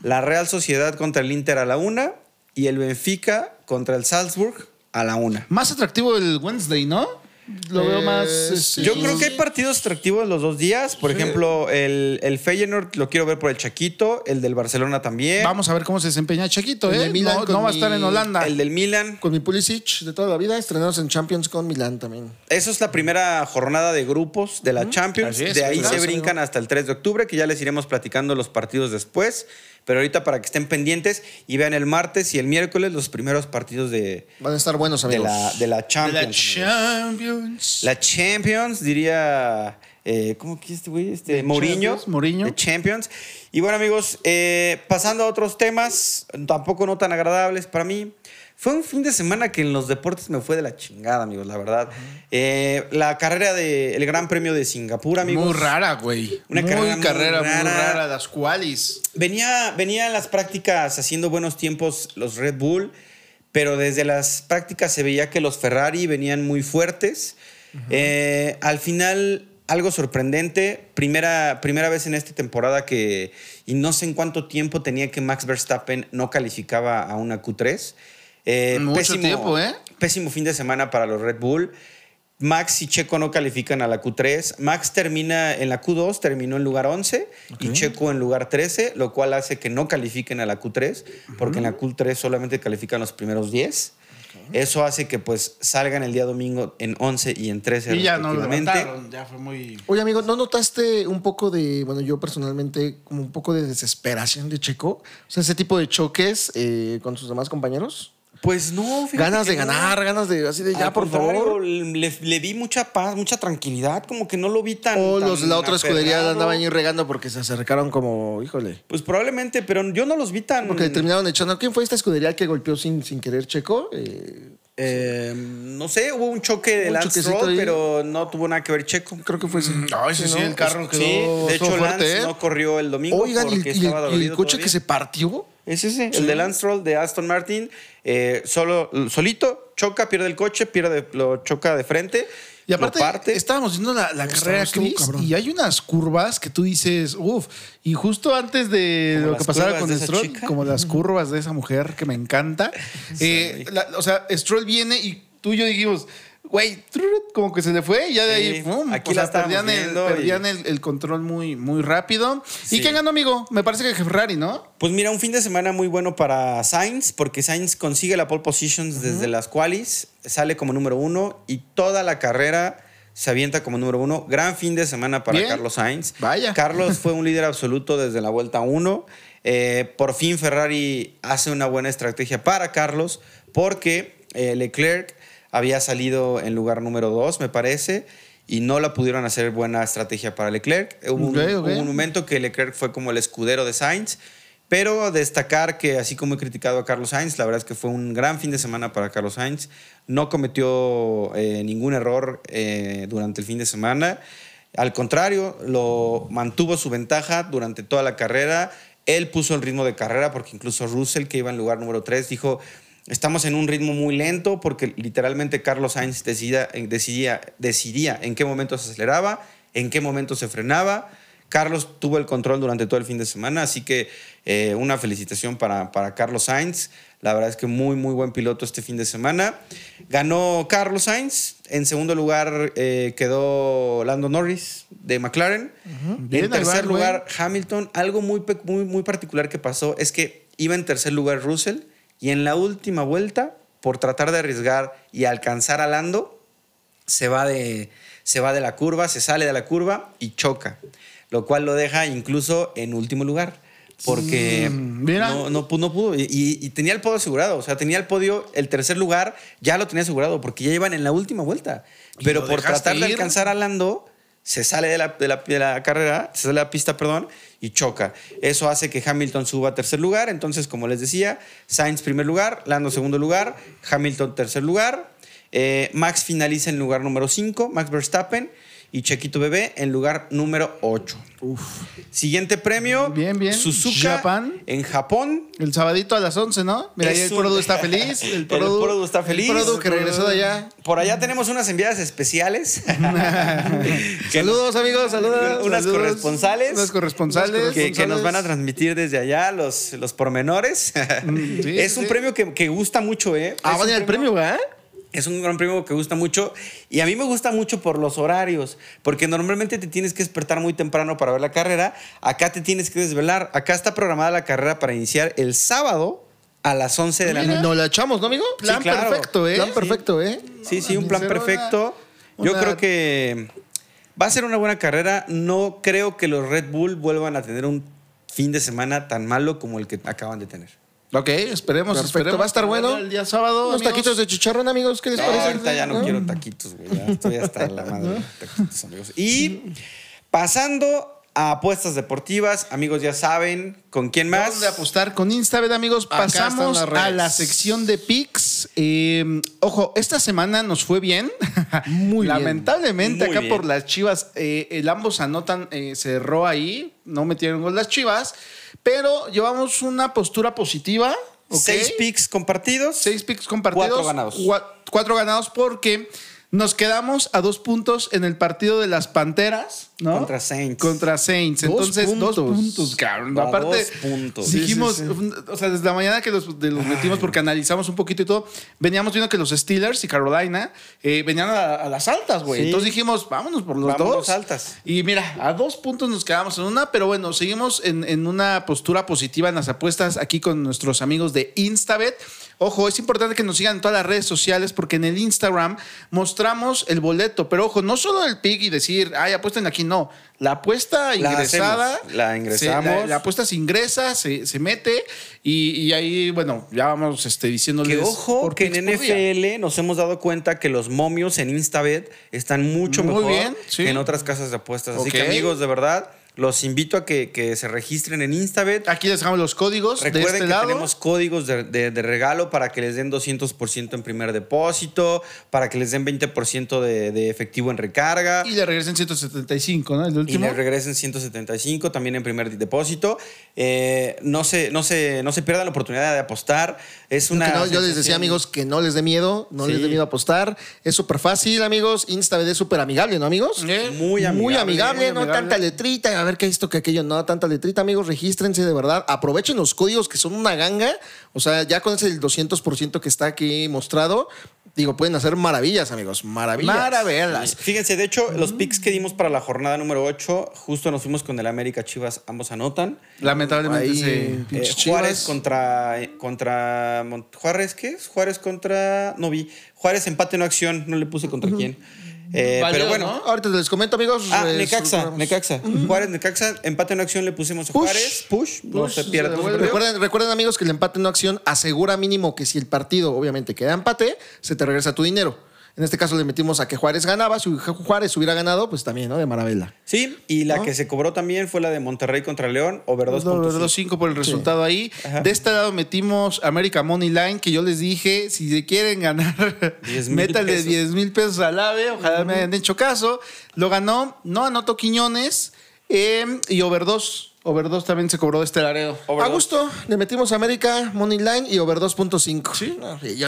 Speaker 2: La Real Sociedad contra el Inter a la 1. Y el Benfica contra el Salzburg a la 1.
Speaker 3: Más atractivo el Wednesday, ¿no? Lo veo
Speaker 1: Eh,
Speaker 3: más.
Speaker 1: sí.
Speaker 2: Yo creo que hay partidos atractivos los dos días. Por ejemplo, el, el Feyenoord lo quiero ver por el Chaquito. El del Barcelona también.
Speaker 3: Vamos a ver cómo se desempeña Chaquito,
Speaker 1: El de
Speaker 3: ¿eh?
Speaker 1: Milan
Speaker 3: No,
Speaker 1: con
Speaker 3: no va a
Speaker 1: mi-
Speaker 3: estar en Holanda.
Speaker 2: El del Milan.
Speaker 1: Con mi Pulisic de toda la vida, estrenados en Champions con Milán también.
Speaker 2: Eso es la primera jornada de grupos de la Champions.
Speaker 3: Así es,
Speaker 2: de ahí
Speaker 3: claro.
Speaker 2: se brincan hasta el 3 de octubre, que ya les iremos platicando los partidos después. Pero ahorita para que estén pendientes y vean el martes y el miércoles los primeros partidos de,
Speaker 1: Van a estar buenos,
Speaker 2: de
Speaker 1: amigos.
Speaker 2: la, de la
Speaker 3: De la
Speaker 2: Champions. amigos.
Speaker 3: Champions.
Speaker 2: La Champions, diría. eh, ¿Cómo que este güey? Este, Mourinho.
Speaker 3: Champions, Mourinho.
Speaker 2: The Champions. Y bueno, amigos, eh, pasando a otros temas, tampoco no tan agradables para mí. Fue un fin de semana que en los deportes me fue de la chingada, amigos, la verdad. Eh, la carrera del Gran Premio de Singapur, amigos.
Speaker 3: Muy rara, güey.
Speaker 2: Una
Speaker 3: muy
Speaker 2: carrera
Speaker 3: carrera,
Speaker 2: muy
Speaker 3: muy
Speaker 2: rara.
Speaker 3: rara. Las cuales.
Speaker 2: Venía, venía en las prácticas haciendo buenos tiempos los Red Bull, pero desde las prácticas se veía que los Ferrari venían muy fuertes. Eh, al final, algo sorprendente, primera, primera vez en esta temporada que, y no sé en cuánto tiempo tenía que Max Verstappen no calificaba a una Q3. Eh,
Speaker 3: Mucho tiempo, ¿eh?
Speaker 2: Pésimo fin de semana para los Red Bull. Max y Checo no califican a la Q3. Max termina en la Q2, terminó en lugar 11 y Checo en lugar 13, lo cual hace que no califiquen a la Q3, porque en la Q3 solamente califican los primeros 10. Eso hace que pues salgan el día domingo en 11 y en 13
Speaker 3: Y ya no lo
Speaker 2: respectivamente.
Speaker 3: levantaron. Ya fue muy.
Speaker 1: Oye, amigo, ¿no notaste un poco de, bueno, yo personalmente, como un poco de desesperación de Checo? O sea, ese tipo de choques eh, con sus demás compañeros.
Speaker 2: Pues no, fíjate
Speaker 1: Ganas
Speaker 2: que
Speaker 1: de
Speaker 2: no.
Speaker 1: ganar, ganas de, así de, ya,
Speaker 2: Al
Speaker 1: por
Speaker 2: contrario,
Speaker 1: favor.
Speaker 2: Le, le vi mucha paz, mucha tranquilidad, como que no lo vi tan.
Speaker 1: O los de
Speaker 2: tan
Speaker 1: la otra escudería
Speaker 2: aferrado.
Speaker 1: andaban ahí regando porque se acercaron como, híjole.
Speaker 2: Pues probablemente, pero yo no los vi tan.
Speaker 1: Porque le terminaron echando. ¿Quién fue esta escudería que golpeó sin, sin querer Checo? Eh,
Speaker 2: Eh, no sé, hubo un choque de
Speaker 1: Un
Speaker 2: Lance
Speaker 1: choquecito
Speaker 2: Stroll,
Speaker 1: ahí.
Speaker 2: pero no tuvo nada que ver Checo.
Speaker 1: creo que pues, fue ese.
Speaker 3: Ay, sí, sí, el carro quedó.
Speaker 2: sí, de hecho
Speaker 3: estuvo
Speaker 2: Lance
Speaker 3: fuerte, ¿eh?
Speaker 2: no corrió el domingo
Speaker 1: Oigan, ¿y el,
Speaker 2: porque
Speaker 1: y el-
Speaker 2: estaba
Speaker 1: y el
Speaker 2: dolorido
Speaker 1: coche
Speaker 2: todavía.
Speaker 1: que se partió?
Speaker 2: Ese sí, el de Lance Stroll de Aston Martin, eh, solo, solito, choca, pierde el coche, pierde, lo choca de frente.
Speaker 3: Y aparte,
Speaker 2: lo parte.
Speaker 3: estábamos viendo la, la
Speaker 1: Estuvo-
Speaker 3: carrera,
Speaker 1: estuvo
Speaker 3: Chris,
Speaker 1: cabrón.
Speaker 3: y hay unas curvas que tú dices, uff, y justo antes de
Speaker 2: Como
Speaker 3: lo que
Speaker 2: las
Speaker 3: pasara
Speaker 2: curvas
Speaker 3: con
Speaker 2: de esa
Speaker 3: Stroll,
Speaker 2: chica.
Speaker 3: como las curvas de esa mujer que me encanta, eh, la- o sea, Stroll viene y tú y yo dijimos,
Speaker 1: güey, trurut, como que se le fue y ya de
Speaker 2: Sí,
Speaker 1: ahí, pum,
Speaker 2: aquí
Speaker 1: o
Speaker 2: la
Speaker 1: sea,
Speaker 2: estábamos
Speaker 1: perdían, el,
Speaker 2: viendo y-
Speaker 1: perdían el- el control muy, muy rápido.
Speaker 2: Sí.
Speaker 1: ¿Y quién ganó, amigo? Me parece que Ferrari, ¿no?
Speaker 2: Pues mira, un fin de semana muy bueno para Sainz, porque Sainz consigue la pole position desde las qualis, sale como número uno y toda la carrera se avienta como número uno. Gran fin de semana para
Speaker 1: Bien.
Speaker 2: Carlos Sainz.
Speaker 1: Vaya.
Speaker 2: Carlos fue un líder absoluto desde la vuelta uno. Eh, por fin Ferrari hace una buena estrategia para Carlos, porque eh, Leclerc había salido en lugar número dos, me parece. Y no la pudieron hacer buena estrategia para Leclerc. Hubo un-
Speaker 1: Ok, ok.
Speaker 2: hubo un momento que Leclerc fue como el escudero de Sainz, pero destacar que así como he criticado a Carlos Sainz, la verdad es que fue un gran fin de semana para Carlos Sainz, no cometió eh, ningún error eh, durante el fin de semana, al contrario, lo mantuvo su ventaja durante toda la carrera, él puso el ritmo de carrera porque incluso Russell, que iba en lugar número 3, dijo... Estamos en un ritmo muy lento porque literalmente Carlos Sainz decida- eh, decidía, decidía en qué momento se aceleraba, en qué momento se frenaba. Carlos tuvo el control durante todo el fin de semana, así que eh, una felicitación para, para Carlos Sainz. La verdad es que muy, muy buen piloto este fin de semana. Ganó Carlos Sainz. En segundo lugar eh, quedó Lando Norris de McLaren.
Speaker 1: Bien,
Speaker 2: en
Speaker 1: ahí va,
Speaker 2: tercer
Speaker 1: güey.
Speaker 2: lugar, Hamilton. Algo muy, pe- muy, muy particular que pasó es que iba en tercer lugar Russell y en la última vuelta, por tratar de arriesgar y alcanzar a Lando, se va de, se va de la curva, se sale de la curva y choca, lo cual lo deja incluso en último lugar. Porque
Speaker 3: Mm, mira.
Speaker 2: no, no, pu- no pudo. Y, y- y tenía el podio asegurado. O sea, tenía el podio, el tercer lugar ya lo tenía asegurado porque ya iban en la última vuelta.
Speaker 3: Y
Speaker 2: Pero
Speaker 3: lo
Speaker 2: por
Speaker 3: dejaste
Speaker 2: tratar de
Speaker 3: ir.
Speaker 2: alcanzar a Lando, se sale de la, de la- de la carrera, se sale de la pista, perdón, y choca. Eso hace que Hamilton suba a tercer lugar. Entonces, como les decía, Sainz primer lugar, Lando segundo lugar, Hamilton tercer lugar. Eh, Max finaliza en lugar número 5, Max Verstappen. Y Chequito Bebé en lugar número 8. Siguiente premio.
Speaker 3: Bien, bien.
Speaker 2: Suzuka
Speaker 3: Japón.
Speaker 2: en Japón.
Speaker 1: El sabadito a las 11, ¿no? Mira, ahí
Speaker 2: Es
Speaker 1: el
Speaker 2: un-
Speaker 1: Produ está feliz.
Speaker 2: El
Speaker 1: El Produ,
Speaker 2: Produ está feliz.
Speaker 1: El Produ que regresó de allá.
Speaker 2: Por allá tenemos unas enviadas especiales. Que-
Speaker 1: Saludos, amigos, saludos.
Speaker 2: Unas
Speaker 1: saludos.
Speaker 2: corresponsales.
Speaker 1: Unas corresponsales.
Speaker 2: Que, que nos van a transmitir desde allá los, los pormenores.
Speaker 1: Mm, sí,
Speaker 2: es un
Speaker 1: sí.
Speaker 2: premio que, que gusta mucho, ¿eh?
Speaker 1: Ah,
Speaker 2: Es
Speaker 1: van a
Speaker 2: un
Speaker 1: ir al premio, ¿verdad?
Speaker 2: es un gran premio que gusta mucho y a mí me gusta mucho por los horarios, porque normalmente te tienes que despertar muy temprano para ver la carrera, acá te tienes que desvelar, acá está programada la carrera para iniciar el sábado a las 11 de la noche.
Speaker 1: Nos la echamos, ¿no, amigo? Plan
Speaker 2: claro.
Speaker 1: perfecto, ¿eh?
Speaker 2: Sí.
Speaker 1: Plan perfecto, ¿eh?
Speaker 2: Sí, sí, un plan
Speaker 1: Hicieron una-
Speaker 2: perfecto. Yo
Speaker 1: una-
Speaker 2: creo que va a ser una buena carrera. No creo que los Red Bull vuelvan a tener un fin de semana tan malo como el que acaban de tener.
Speaker 1: Ok, esperemos,
Speaker 3: Perfecto,
Speaker 1: esperemos. Va a estar bueno.
Speaker 3: El día sábado,
Speaker 1: Unos
Speaker 3: amigos.
Speaker 1: taquitos de chicharrón, amigos, ¿qué les
Speaker 2: No,
Speaker 1: parece?
Speaker 2: ahorita ya no, quiero taquitos, güey. Ya estoy hasta la madre de taquitos, amigos. Y pasando a apuestas deportivas, amigos ya saben con quién más.
Speaker 3: ¿Dónde apostar con Instabet, amigos?
Speaker 1: Acá
Speaker 3: Pasamos
Speaker 1: están las
Speaker 3: a la
Speaker 1: redes.
Speaker 3: sección de picks. Eh, ojo, esta semana nos fue bien.
Speaker 1: Muy bien.
Speaker 3: Lamentablemente,
Speaker 2: Muy
Speaker 3: acá
Speaker 2: bien.
Speaker 3: por las chivas, eh, el ambos anotan, eh, cerró ahí, no metieron gol las chivas, pero llevamos una postura positiva. ¿ok?
Speaker 2: Seis picks compartidos.
Speaker 3: Seis picks compartidos.
Speaker 2: Cuatro ganados.
Speaker 3: Cua- cuatro ganados porque nos quedamos a dos puntos en el partido de las Panteras, ¿no?
Speaker 2: Contra Saints.
Speaker 3: Contra Saints.
Speaker 1: Dos
Speaker 3: Entonces, dos
Speaker 1: puntos.
Speaker 3: puntos, cabrón.
Speaker 2: No,
Speaker 3: Aparte,
Speaker 2: dos puntos.
Speaker 3: Sí, dijimos,
Speaker 1: sí,
Speaker 3: o sea, desde la mañana que los, de los metimos porque analizamos un poquito y todo, veníamos viendo que los Steelers y Carolina eh, venían a, a las altas, güey.
Speaker 2: Sí.
Speaker 3: Entonces dijimos, vámonos por los
Speaker 2: Vámonos
Speaker 3: dos.
Speaker 2: altas.
Speaker 3: Y mira, a dos puntos nos quedamos en una, pero bueno, seguimos en, en una postura positiva en las apuestas aquí con nuestros amigos de Instabet. Ojo, es importante que nos sigan en todas las redes sociales porque en el Instagram mostramos el boleto, pero ojo, no solo el pick y decir, ay, apuesten aquí, no. La apuesta
Speaker 2: La
Speaker 3: ingresada.
Speaker 2: hacemos, la
Speaker 3: se-
Speaker 2: ingresamos.
Speaker 3: la, la apuesta se ingresa, se, se mete y, y ahí, bueno, ya vamos este, diciéndoles.
Speaker 2: Que ojo,
Speaker 3: por
Speaker 2: que
Speaker 3: picks
Speaker 2: en
Speaker 3: por día.
Speaker 2: NFL nos hemos dado cuenta que los momios en Instabet están mucho
Speaker 3: Muy
Speaker 2: mejor
Speaker 3: bien, sí.
Speaker 2: que en otras casas de apuestas. Así
Speaker 3: Ok.
Speaker 2: que, amigos, de verdad, los invito a que, que se registren en Instabet.
Speaker 3: Aquí les dejamos los códigos
Speaker 2: Recuerden
Speaker 3: de este
Speaker 2: que
Speaker 3: lado.
Speaker 2: tenemos códigos de, de- de regalo para que les den 200% en primer depósito, para que les den 20% de, de efectivo en recarga
Speaker 3: Y le regresan 175, ¿no? El
Speaker 2: y
Speaker 3: último.
Speaker 2: les regresen 175 también en primer depósito. Eh, no, se, no, se, no se pierdan la oportunidad de apostar. Es una
Speaker 1: Que no, yo les decía,
Speaker 2: sensación-
Speaker 1: amigos, que no les dé miedo, no
Speaker 2: Sí.
Speaker 1: les dé miedo apostar. Es súper fácil, amigos. InstaBD es súper amigable, ¿no, amigos?
Speaker 3: Eh,
Speaker 2: muy amigable.
Speaker 1: Muy amigable,
Speaker 3: muy
Speaker 1: no
Speaker 3: amigable.
Speaker 1: tanta letrita, a ver qué esto, que aquello, no tanta letrita, amigos, regístrense de verdad, aprovechen los códigos que son una ganga, o sea, ya con ese 200% que está aquí mostrado, Digo, pueden hacer maravillas, amigos. Maravillas.
Speaker 3: Maravillas.
Speaker 2: Fíjense, de hecho,
Speaker 1: Mm.
Speaker 2: los picks que dimos para la jornada número 8, justo nos fuimos con el América Chivas, ambos anotan.
Speaker 3: Lamentablemente
Speaker 1: Ahí,
Speaker 3: se.
Speaker 2: Eh,
Speaker 1: Pinches
Speaker 2: Juárez
Speaker 1: Chivas.
Speaker 2: contra, eh, contra Mon- Juárez, ¿qué es? Juárez contra. No vi. Juárez empate no acción, no le puse contra quién. Eh,
Speaker 3: Valió,
Speaker 2: pero bueno.
Speaker 3: ¿no?
Speaker 1: Ahorita les comento, amigos.
Speaker 2: Ah,
Speaker 1: eh,
Speaker 2: Necaxa,
Speaker 1: sus-
Speaker 2: Necaxa. Juárez, Necaxa, empate no acción le pusimos a
Speaker 1: Push.
Speaker 2: Juárez. Push, no
Speaker 1: Push,
Speaker 2: se pierde.
Speaker 1: se
Speaker 2: no se
Speaker 1: devuelve.
Speaker 2: perdió.
Speaker 1: recuerden, recuerden, amigos, que el empate no acción asegura mínimo que si el partido, obviamente, queda empate, se te regresa tu dinero. En este caso le metimos a que Juárez ganaba. Si Juárez hubiera ganado, pues también, ¿no? De maravilla.
Speaker 2: Sí, y la que se cobró también fue la de Monterrey contra León, over 2.5.
Speaker 3: 2.5 por el resultado ahí. De este lado metimos América Money Line, que yo les dije, si se quieren ganar,
Speaker 2: 10 mil
Speaker 3: métale
Speaker 2: pesos.
Speaker 3: 10 mil pesos al AVE. Ojalá me hayan hecho caso. Lo ganó, no anotó Quiñones. eh, y Over 2. Over 2 también se cobró de este lareo.
Speaker 2: Over
Speaker 1: a
Speaker 2: dos.
Speaker 1: gusto, le metimos a América, Money Line y Over 2.5. Sí.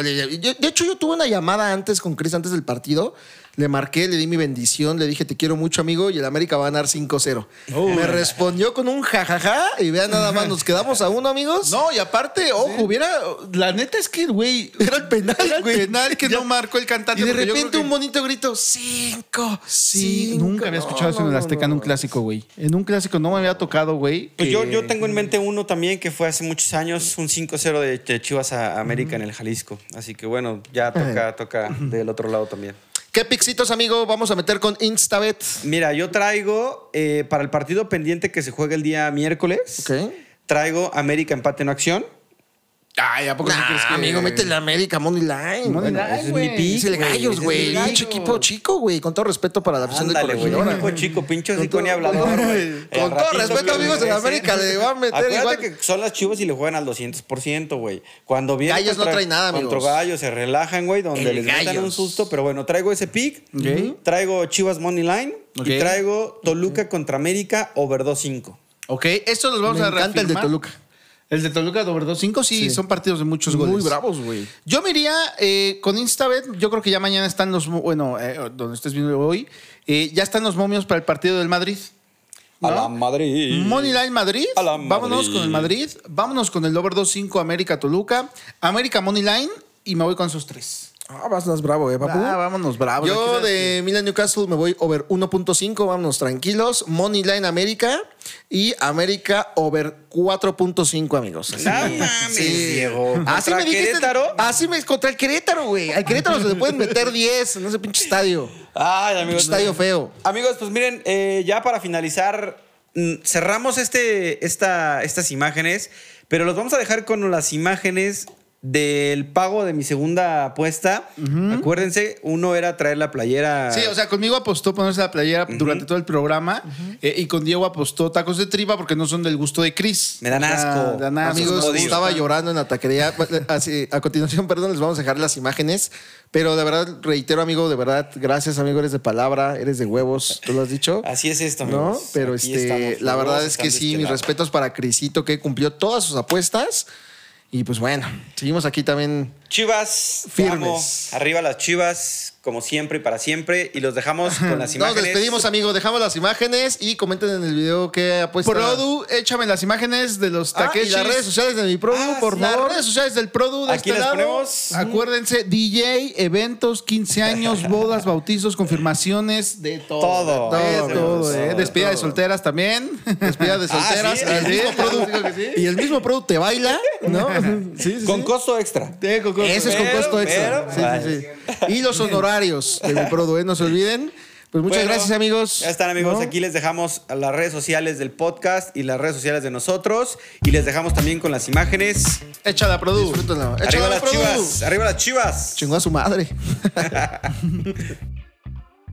Speaker 1: de hecho, yo tuve una llamada antes con Chris, antes del partido. Le marqué, le di mi bendición, le dije te quiero mucho, amigo, y el América va a ganar 5-0.
Speaker 3: Oh.
Speaker 1: Me respondió con un jajaja y vean nada más, nos quedamos a uno, amigos.
Speaker 3: No, y aparte, ojo, hubiera. La neta es que, güey.
Speaker 1: Era el penal,
Speaker 3: Era el
Speaker 1: güey.
Speaker 3: penal que
Speaker 1: Ya.
Speaker 3: no marcó el cantante.
Speaker 1: Y de
Speaker 3: porque yo
Speaker 1: repente
Speaker 3: creo que-
Speaker 1: un bonito grito, cinco,
Speaker 3: Sí,
Speaker 1: cinco.
Speaker 3: nunca había escuchado eso en el
Speaker 1: No,
Speaker 3: Azteca, en un clásico, güey. En un clásico no me había tocado, güey.
Speaker 2: Pues yo,
Speaker 3: que-
Speaker 2: yo tengo en mente uno también que fue hace muchos años, un 5-0 de, de Chivas a América en el Jalisco. Así que bueno, ya toca, toca del otro lado también.
Speaker 1: ¿Qué pixitos, amigo, vamos a meter con Instabet?
Speaker 2: Mira, yo traigo eh, para el partido pendiente que se juega el día miércoles.
Speaker 1: Ok.
Speaker 2: Traigo América empate en acción.
Speaker 3: Ay, ¿a poco sí
Speaker 1: Nah,
Speaker 3: quieres que-
Speaker 1: amigo, mete la América, Money Line.
Speaker 3: Money
Speaker 1: Bueno,
Speaker 3: Line,
Speaker 1: ese
Speaker 3: güey.
Speaker 1: es mi pick. Es el
Speaker 2: güey.
Speaker 1: Gallos,
Speaker 2: Es el
Speaker 1: güey.
Speaker 2: Gallos.
Speaker 1: Pinche equipo chico, güey. Con todo respeto para la afición de
Speaker 2: Ándale, güey.
Speaker 1: Corregidora.
Speaker 2: Equipo chico, pincho así
Speaker 1: todo-
Speaker 2: con hablador. güey.
Speaker 1: Con
Speaker 2: Al
Speaker 1: todo
Speaker 2: ratito
Speaker 1: respeto,
Speaker 2: que
Speaker 1: amigos de la
Speaker 2: regresen.
Speaker 1: América, le va a meter
Speaker 2: Acuérdate
Speaker 1: igual.
Speaker 2: que son las chivas y le juegan al 200%, güey. Cuando vienen
Speaker 1: Gallos no traen nada, amigos.
Speaker 2: Contra Gallos se relajan, güey, donde
Speaker 1: El
Speaker 2: les meten
Speaker 1: Gallos.
Speaker 2: un susto. Pero bueno, traigo ese pick.
Speaker 3: Ok.
Speaker 2: Traigo Chivas Money Line.
Speaker 3: Ok.
Speaker 2: Y traigo Toluca contra América, over 2-5.
Speaker 3: Ok, esto los vamos
Speaker 1: Me
Speaker 3: a
Speaker 1: encanta el de
Speaker 3: reafirmar.
Speaker 1: Toluca.
Speaker 3: El de Toluca de Over 2.5, sí, son partidos de muchos goles.
Speaker 1: güey.
Speaker 3: Yo me iría eh, con Instabet. Yo creo que ya mañana están los. mo- Bueno, eh, donde estés viendo hoy. eh, ya están los momios para el partido del Madrid.
Speaker 2: A
Speaker 3: ¿no?
Speaker 2: la Madrid.
Speaker 3: Moneyline Madrid.
Speaker 2: A la
Speaker 3: Vámonos
Speaker 2: Madrid.
Speaker 3: con el Madrid. Vámonos con el Over 2.5 América Toluca. América Moneyline. Y me voy con esos tres.
Speaker 1: Ah, vas más bravo, eh, papu.
Speaker 3: Ah, vámonos, bravos. Aquí
Speaker 1: Yo
Speaker 3: sabes
Speaker 1: de Milan Newcastle me voy over 1.5, vámonos tranquilos. Money Line América y América over 4.5, amigos.
Speaker 2: No mames, Diego.
Speaker 1: Así
Speaker 2: ¿Contra
Speaker 1: me dijiste.
Speaker 2: Querétaro?
Speaker 1: Así me contra el Querétaro, güey. Al Querétaro se le pueden meter 10 en ese pinche estadio.
Speaker 2: Ay,
Speaker 1: Pinche
Speaker 2: amigos.
Speaker 1: estadio feo.
Speaker 2: Amigos, pues miren, eh, ya para finalizar, mm, cerramos este, esta, estas imágenes, pero los vamos a dejar con las imágenes del pago de mi segunda apuesta. Acuérdense, uno era traer la playera.
Speaker 3: Sí, o sea, conmigo apostó ponerse la playera durante todo el programa eh, y con Diego apostó tacos de tripa porque no son del gusto de Chris.
Speaker 2: Me dan
Speaker 3: O sea,
Speaker 2: asco.
Speaker 3: dan asco.
Speaker 1: Ah, Amigos,
Speaker 2: odio.
Speaker 1: estaba llorando en la taquería. Así, a continuación, perdón, les vamos a dejar las imágenes. Pero de verdad, reitero, amigo, de verdad, gracias, amigo. Eres de palabra, eres de huevos, tú lo has dicho.
Speaker 2: Así es esto,
Speaker 1: ¿no?
Speaker 2: amigos.
Speaker 1: Pero
Speaker 2: Aquí
Speaker 1: este,
Speaker 2: estamos,
Speaker 1: la
Speaker 2: los
Speaker 1: verdad
Speaker 2: dos
Speaker 1: es
Speaker 2: están
Speaker 1: que
Speaker 2: de
Speaker 1: sí,
Speaker 2: este
Speaker 1: mis
Speaker 2: lado.
Speaker 1: respetos para Crisito, que cumplió todas sus apuestas. Y pues bueno, seguimos aquí también.
Speaker 2: Chivas,
Speaker 1: Firmes.
Speaker 2: firmes. Arriba las chivas, como siempre y para siempre. Y los dejamos con las
Speaker 1: Nos
Speaker 2: imágenes.
Speaker 1: despedimos, amigo. Dejamos las imágenes y comenten en el video qué apuesta.
Speaker 3: Produ, échame las imágenes de los
Speaker 1: Ah, y
Speaker 3: Takeshis.
Speaker 1: las redes sociales de mi Produ,
Speaker 2: Ah,
Speaker 1: por
Speaker 2: las
Speaker 1: favor.
Speaker 3: Las redes sociales del Produ de
Speaker 2: Aquí
Speaker 3: este
Speaker 2: las
Speaker 3: lado.
Speaker 1: Ah,
Speaker 2: ponemos.
Speaker 3: Acuérdense, DJ, eventos, 15 años, bodas, bautizos, confirmaciones, de todo.
Speaker 2: Todo.
Speaker 3: De
Speaker 1: Todo,
Speaker 3: todo,
Speaker 1: todo,
Speaker 3: eh. Despedida de
Speaker 1: todo.
Speaker 3: solteras también.
Speaker 1: Despedida de
Speaker 2: Ah, sí,
Speaker 1: solteras.
Speaker 2: sí,
Speaker 1: el
Speaker 2: sí.
Speaker 1: mismo Produ-
Speaker 3: Digo que sí.
Speaker 1: y el mismo Produ te baila, ¿no? Sí, sí,
Speaker 2: Con
Speaker 1: sí.
Speaker 2: costo extra.
Speaker 3: Sí, con- con-
Speaker 1: Ese es con
Speaker 2: Pero,
Speaker 1: costo extra.
Speaker 2: pero,
Speaker 1: Sí, sí, sí. Y los honorarios de mi Produ, ¿eh? no se olviden. Pues muchas
Speaker 2: Bueno,
Speaker 1: gracias, amigos.
Speaker 2: Ya están, amigos.
Speaker 1: ¿No?
Speaker 2: Aquí les dejamos a las redes sociales del podcast y las redes sociales de nosotros. Y les dejamos también con las imágenes.
Speaker 3: Échala, Produ.
Speaker 1: Disfrútenlo.
Speaker 2: Arriba
Speaker 1: Échale,
Speaker 2: las
Speaker 1: Produ.
Speaker 2: chivas. Arriba las chivas.
Speaker 1: Chingó a su madre.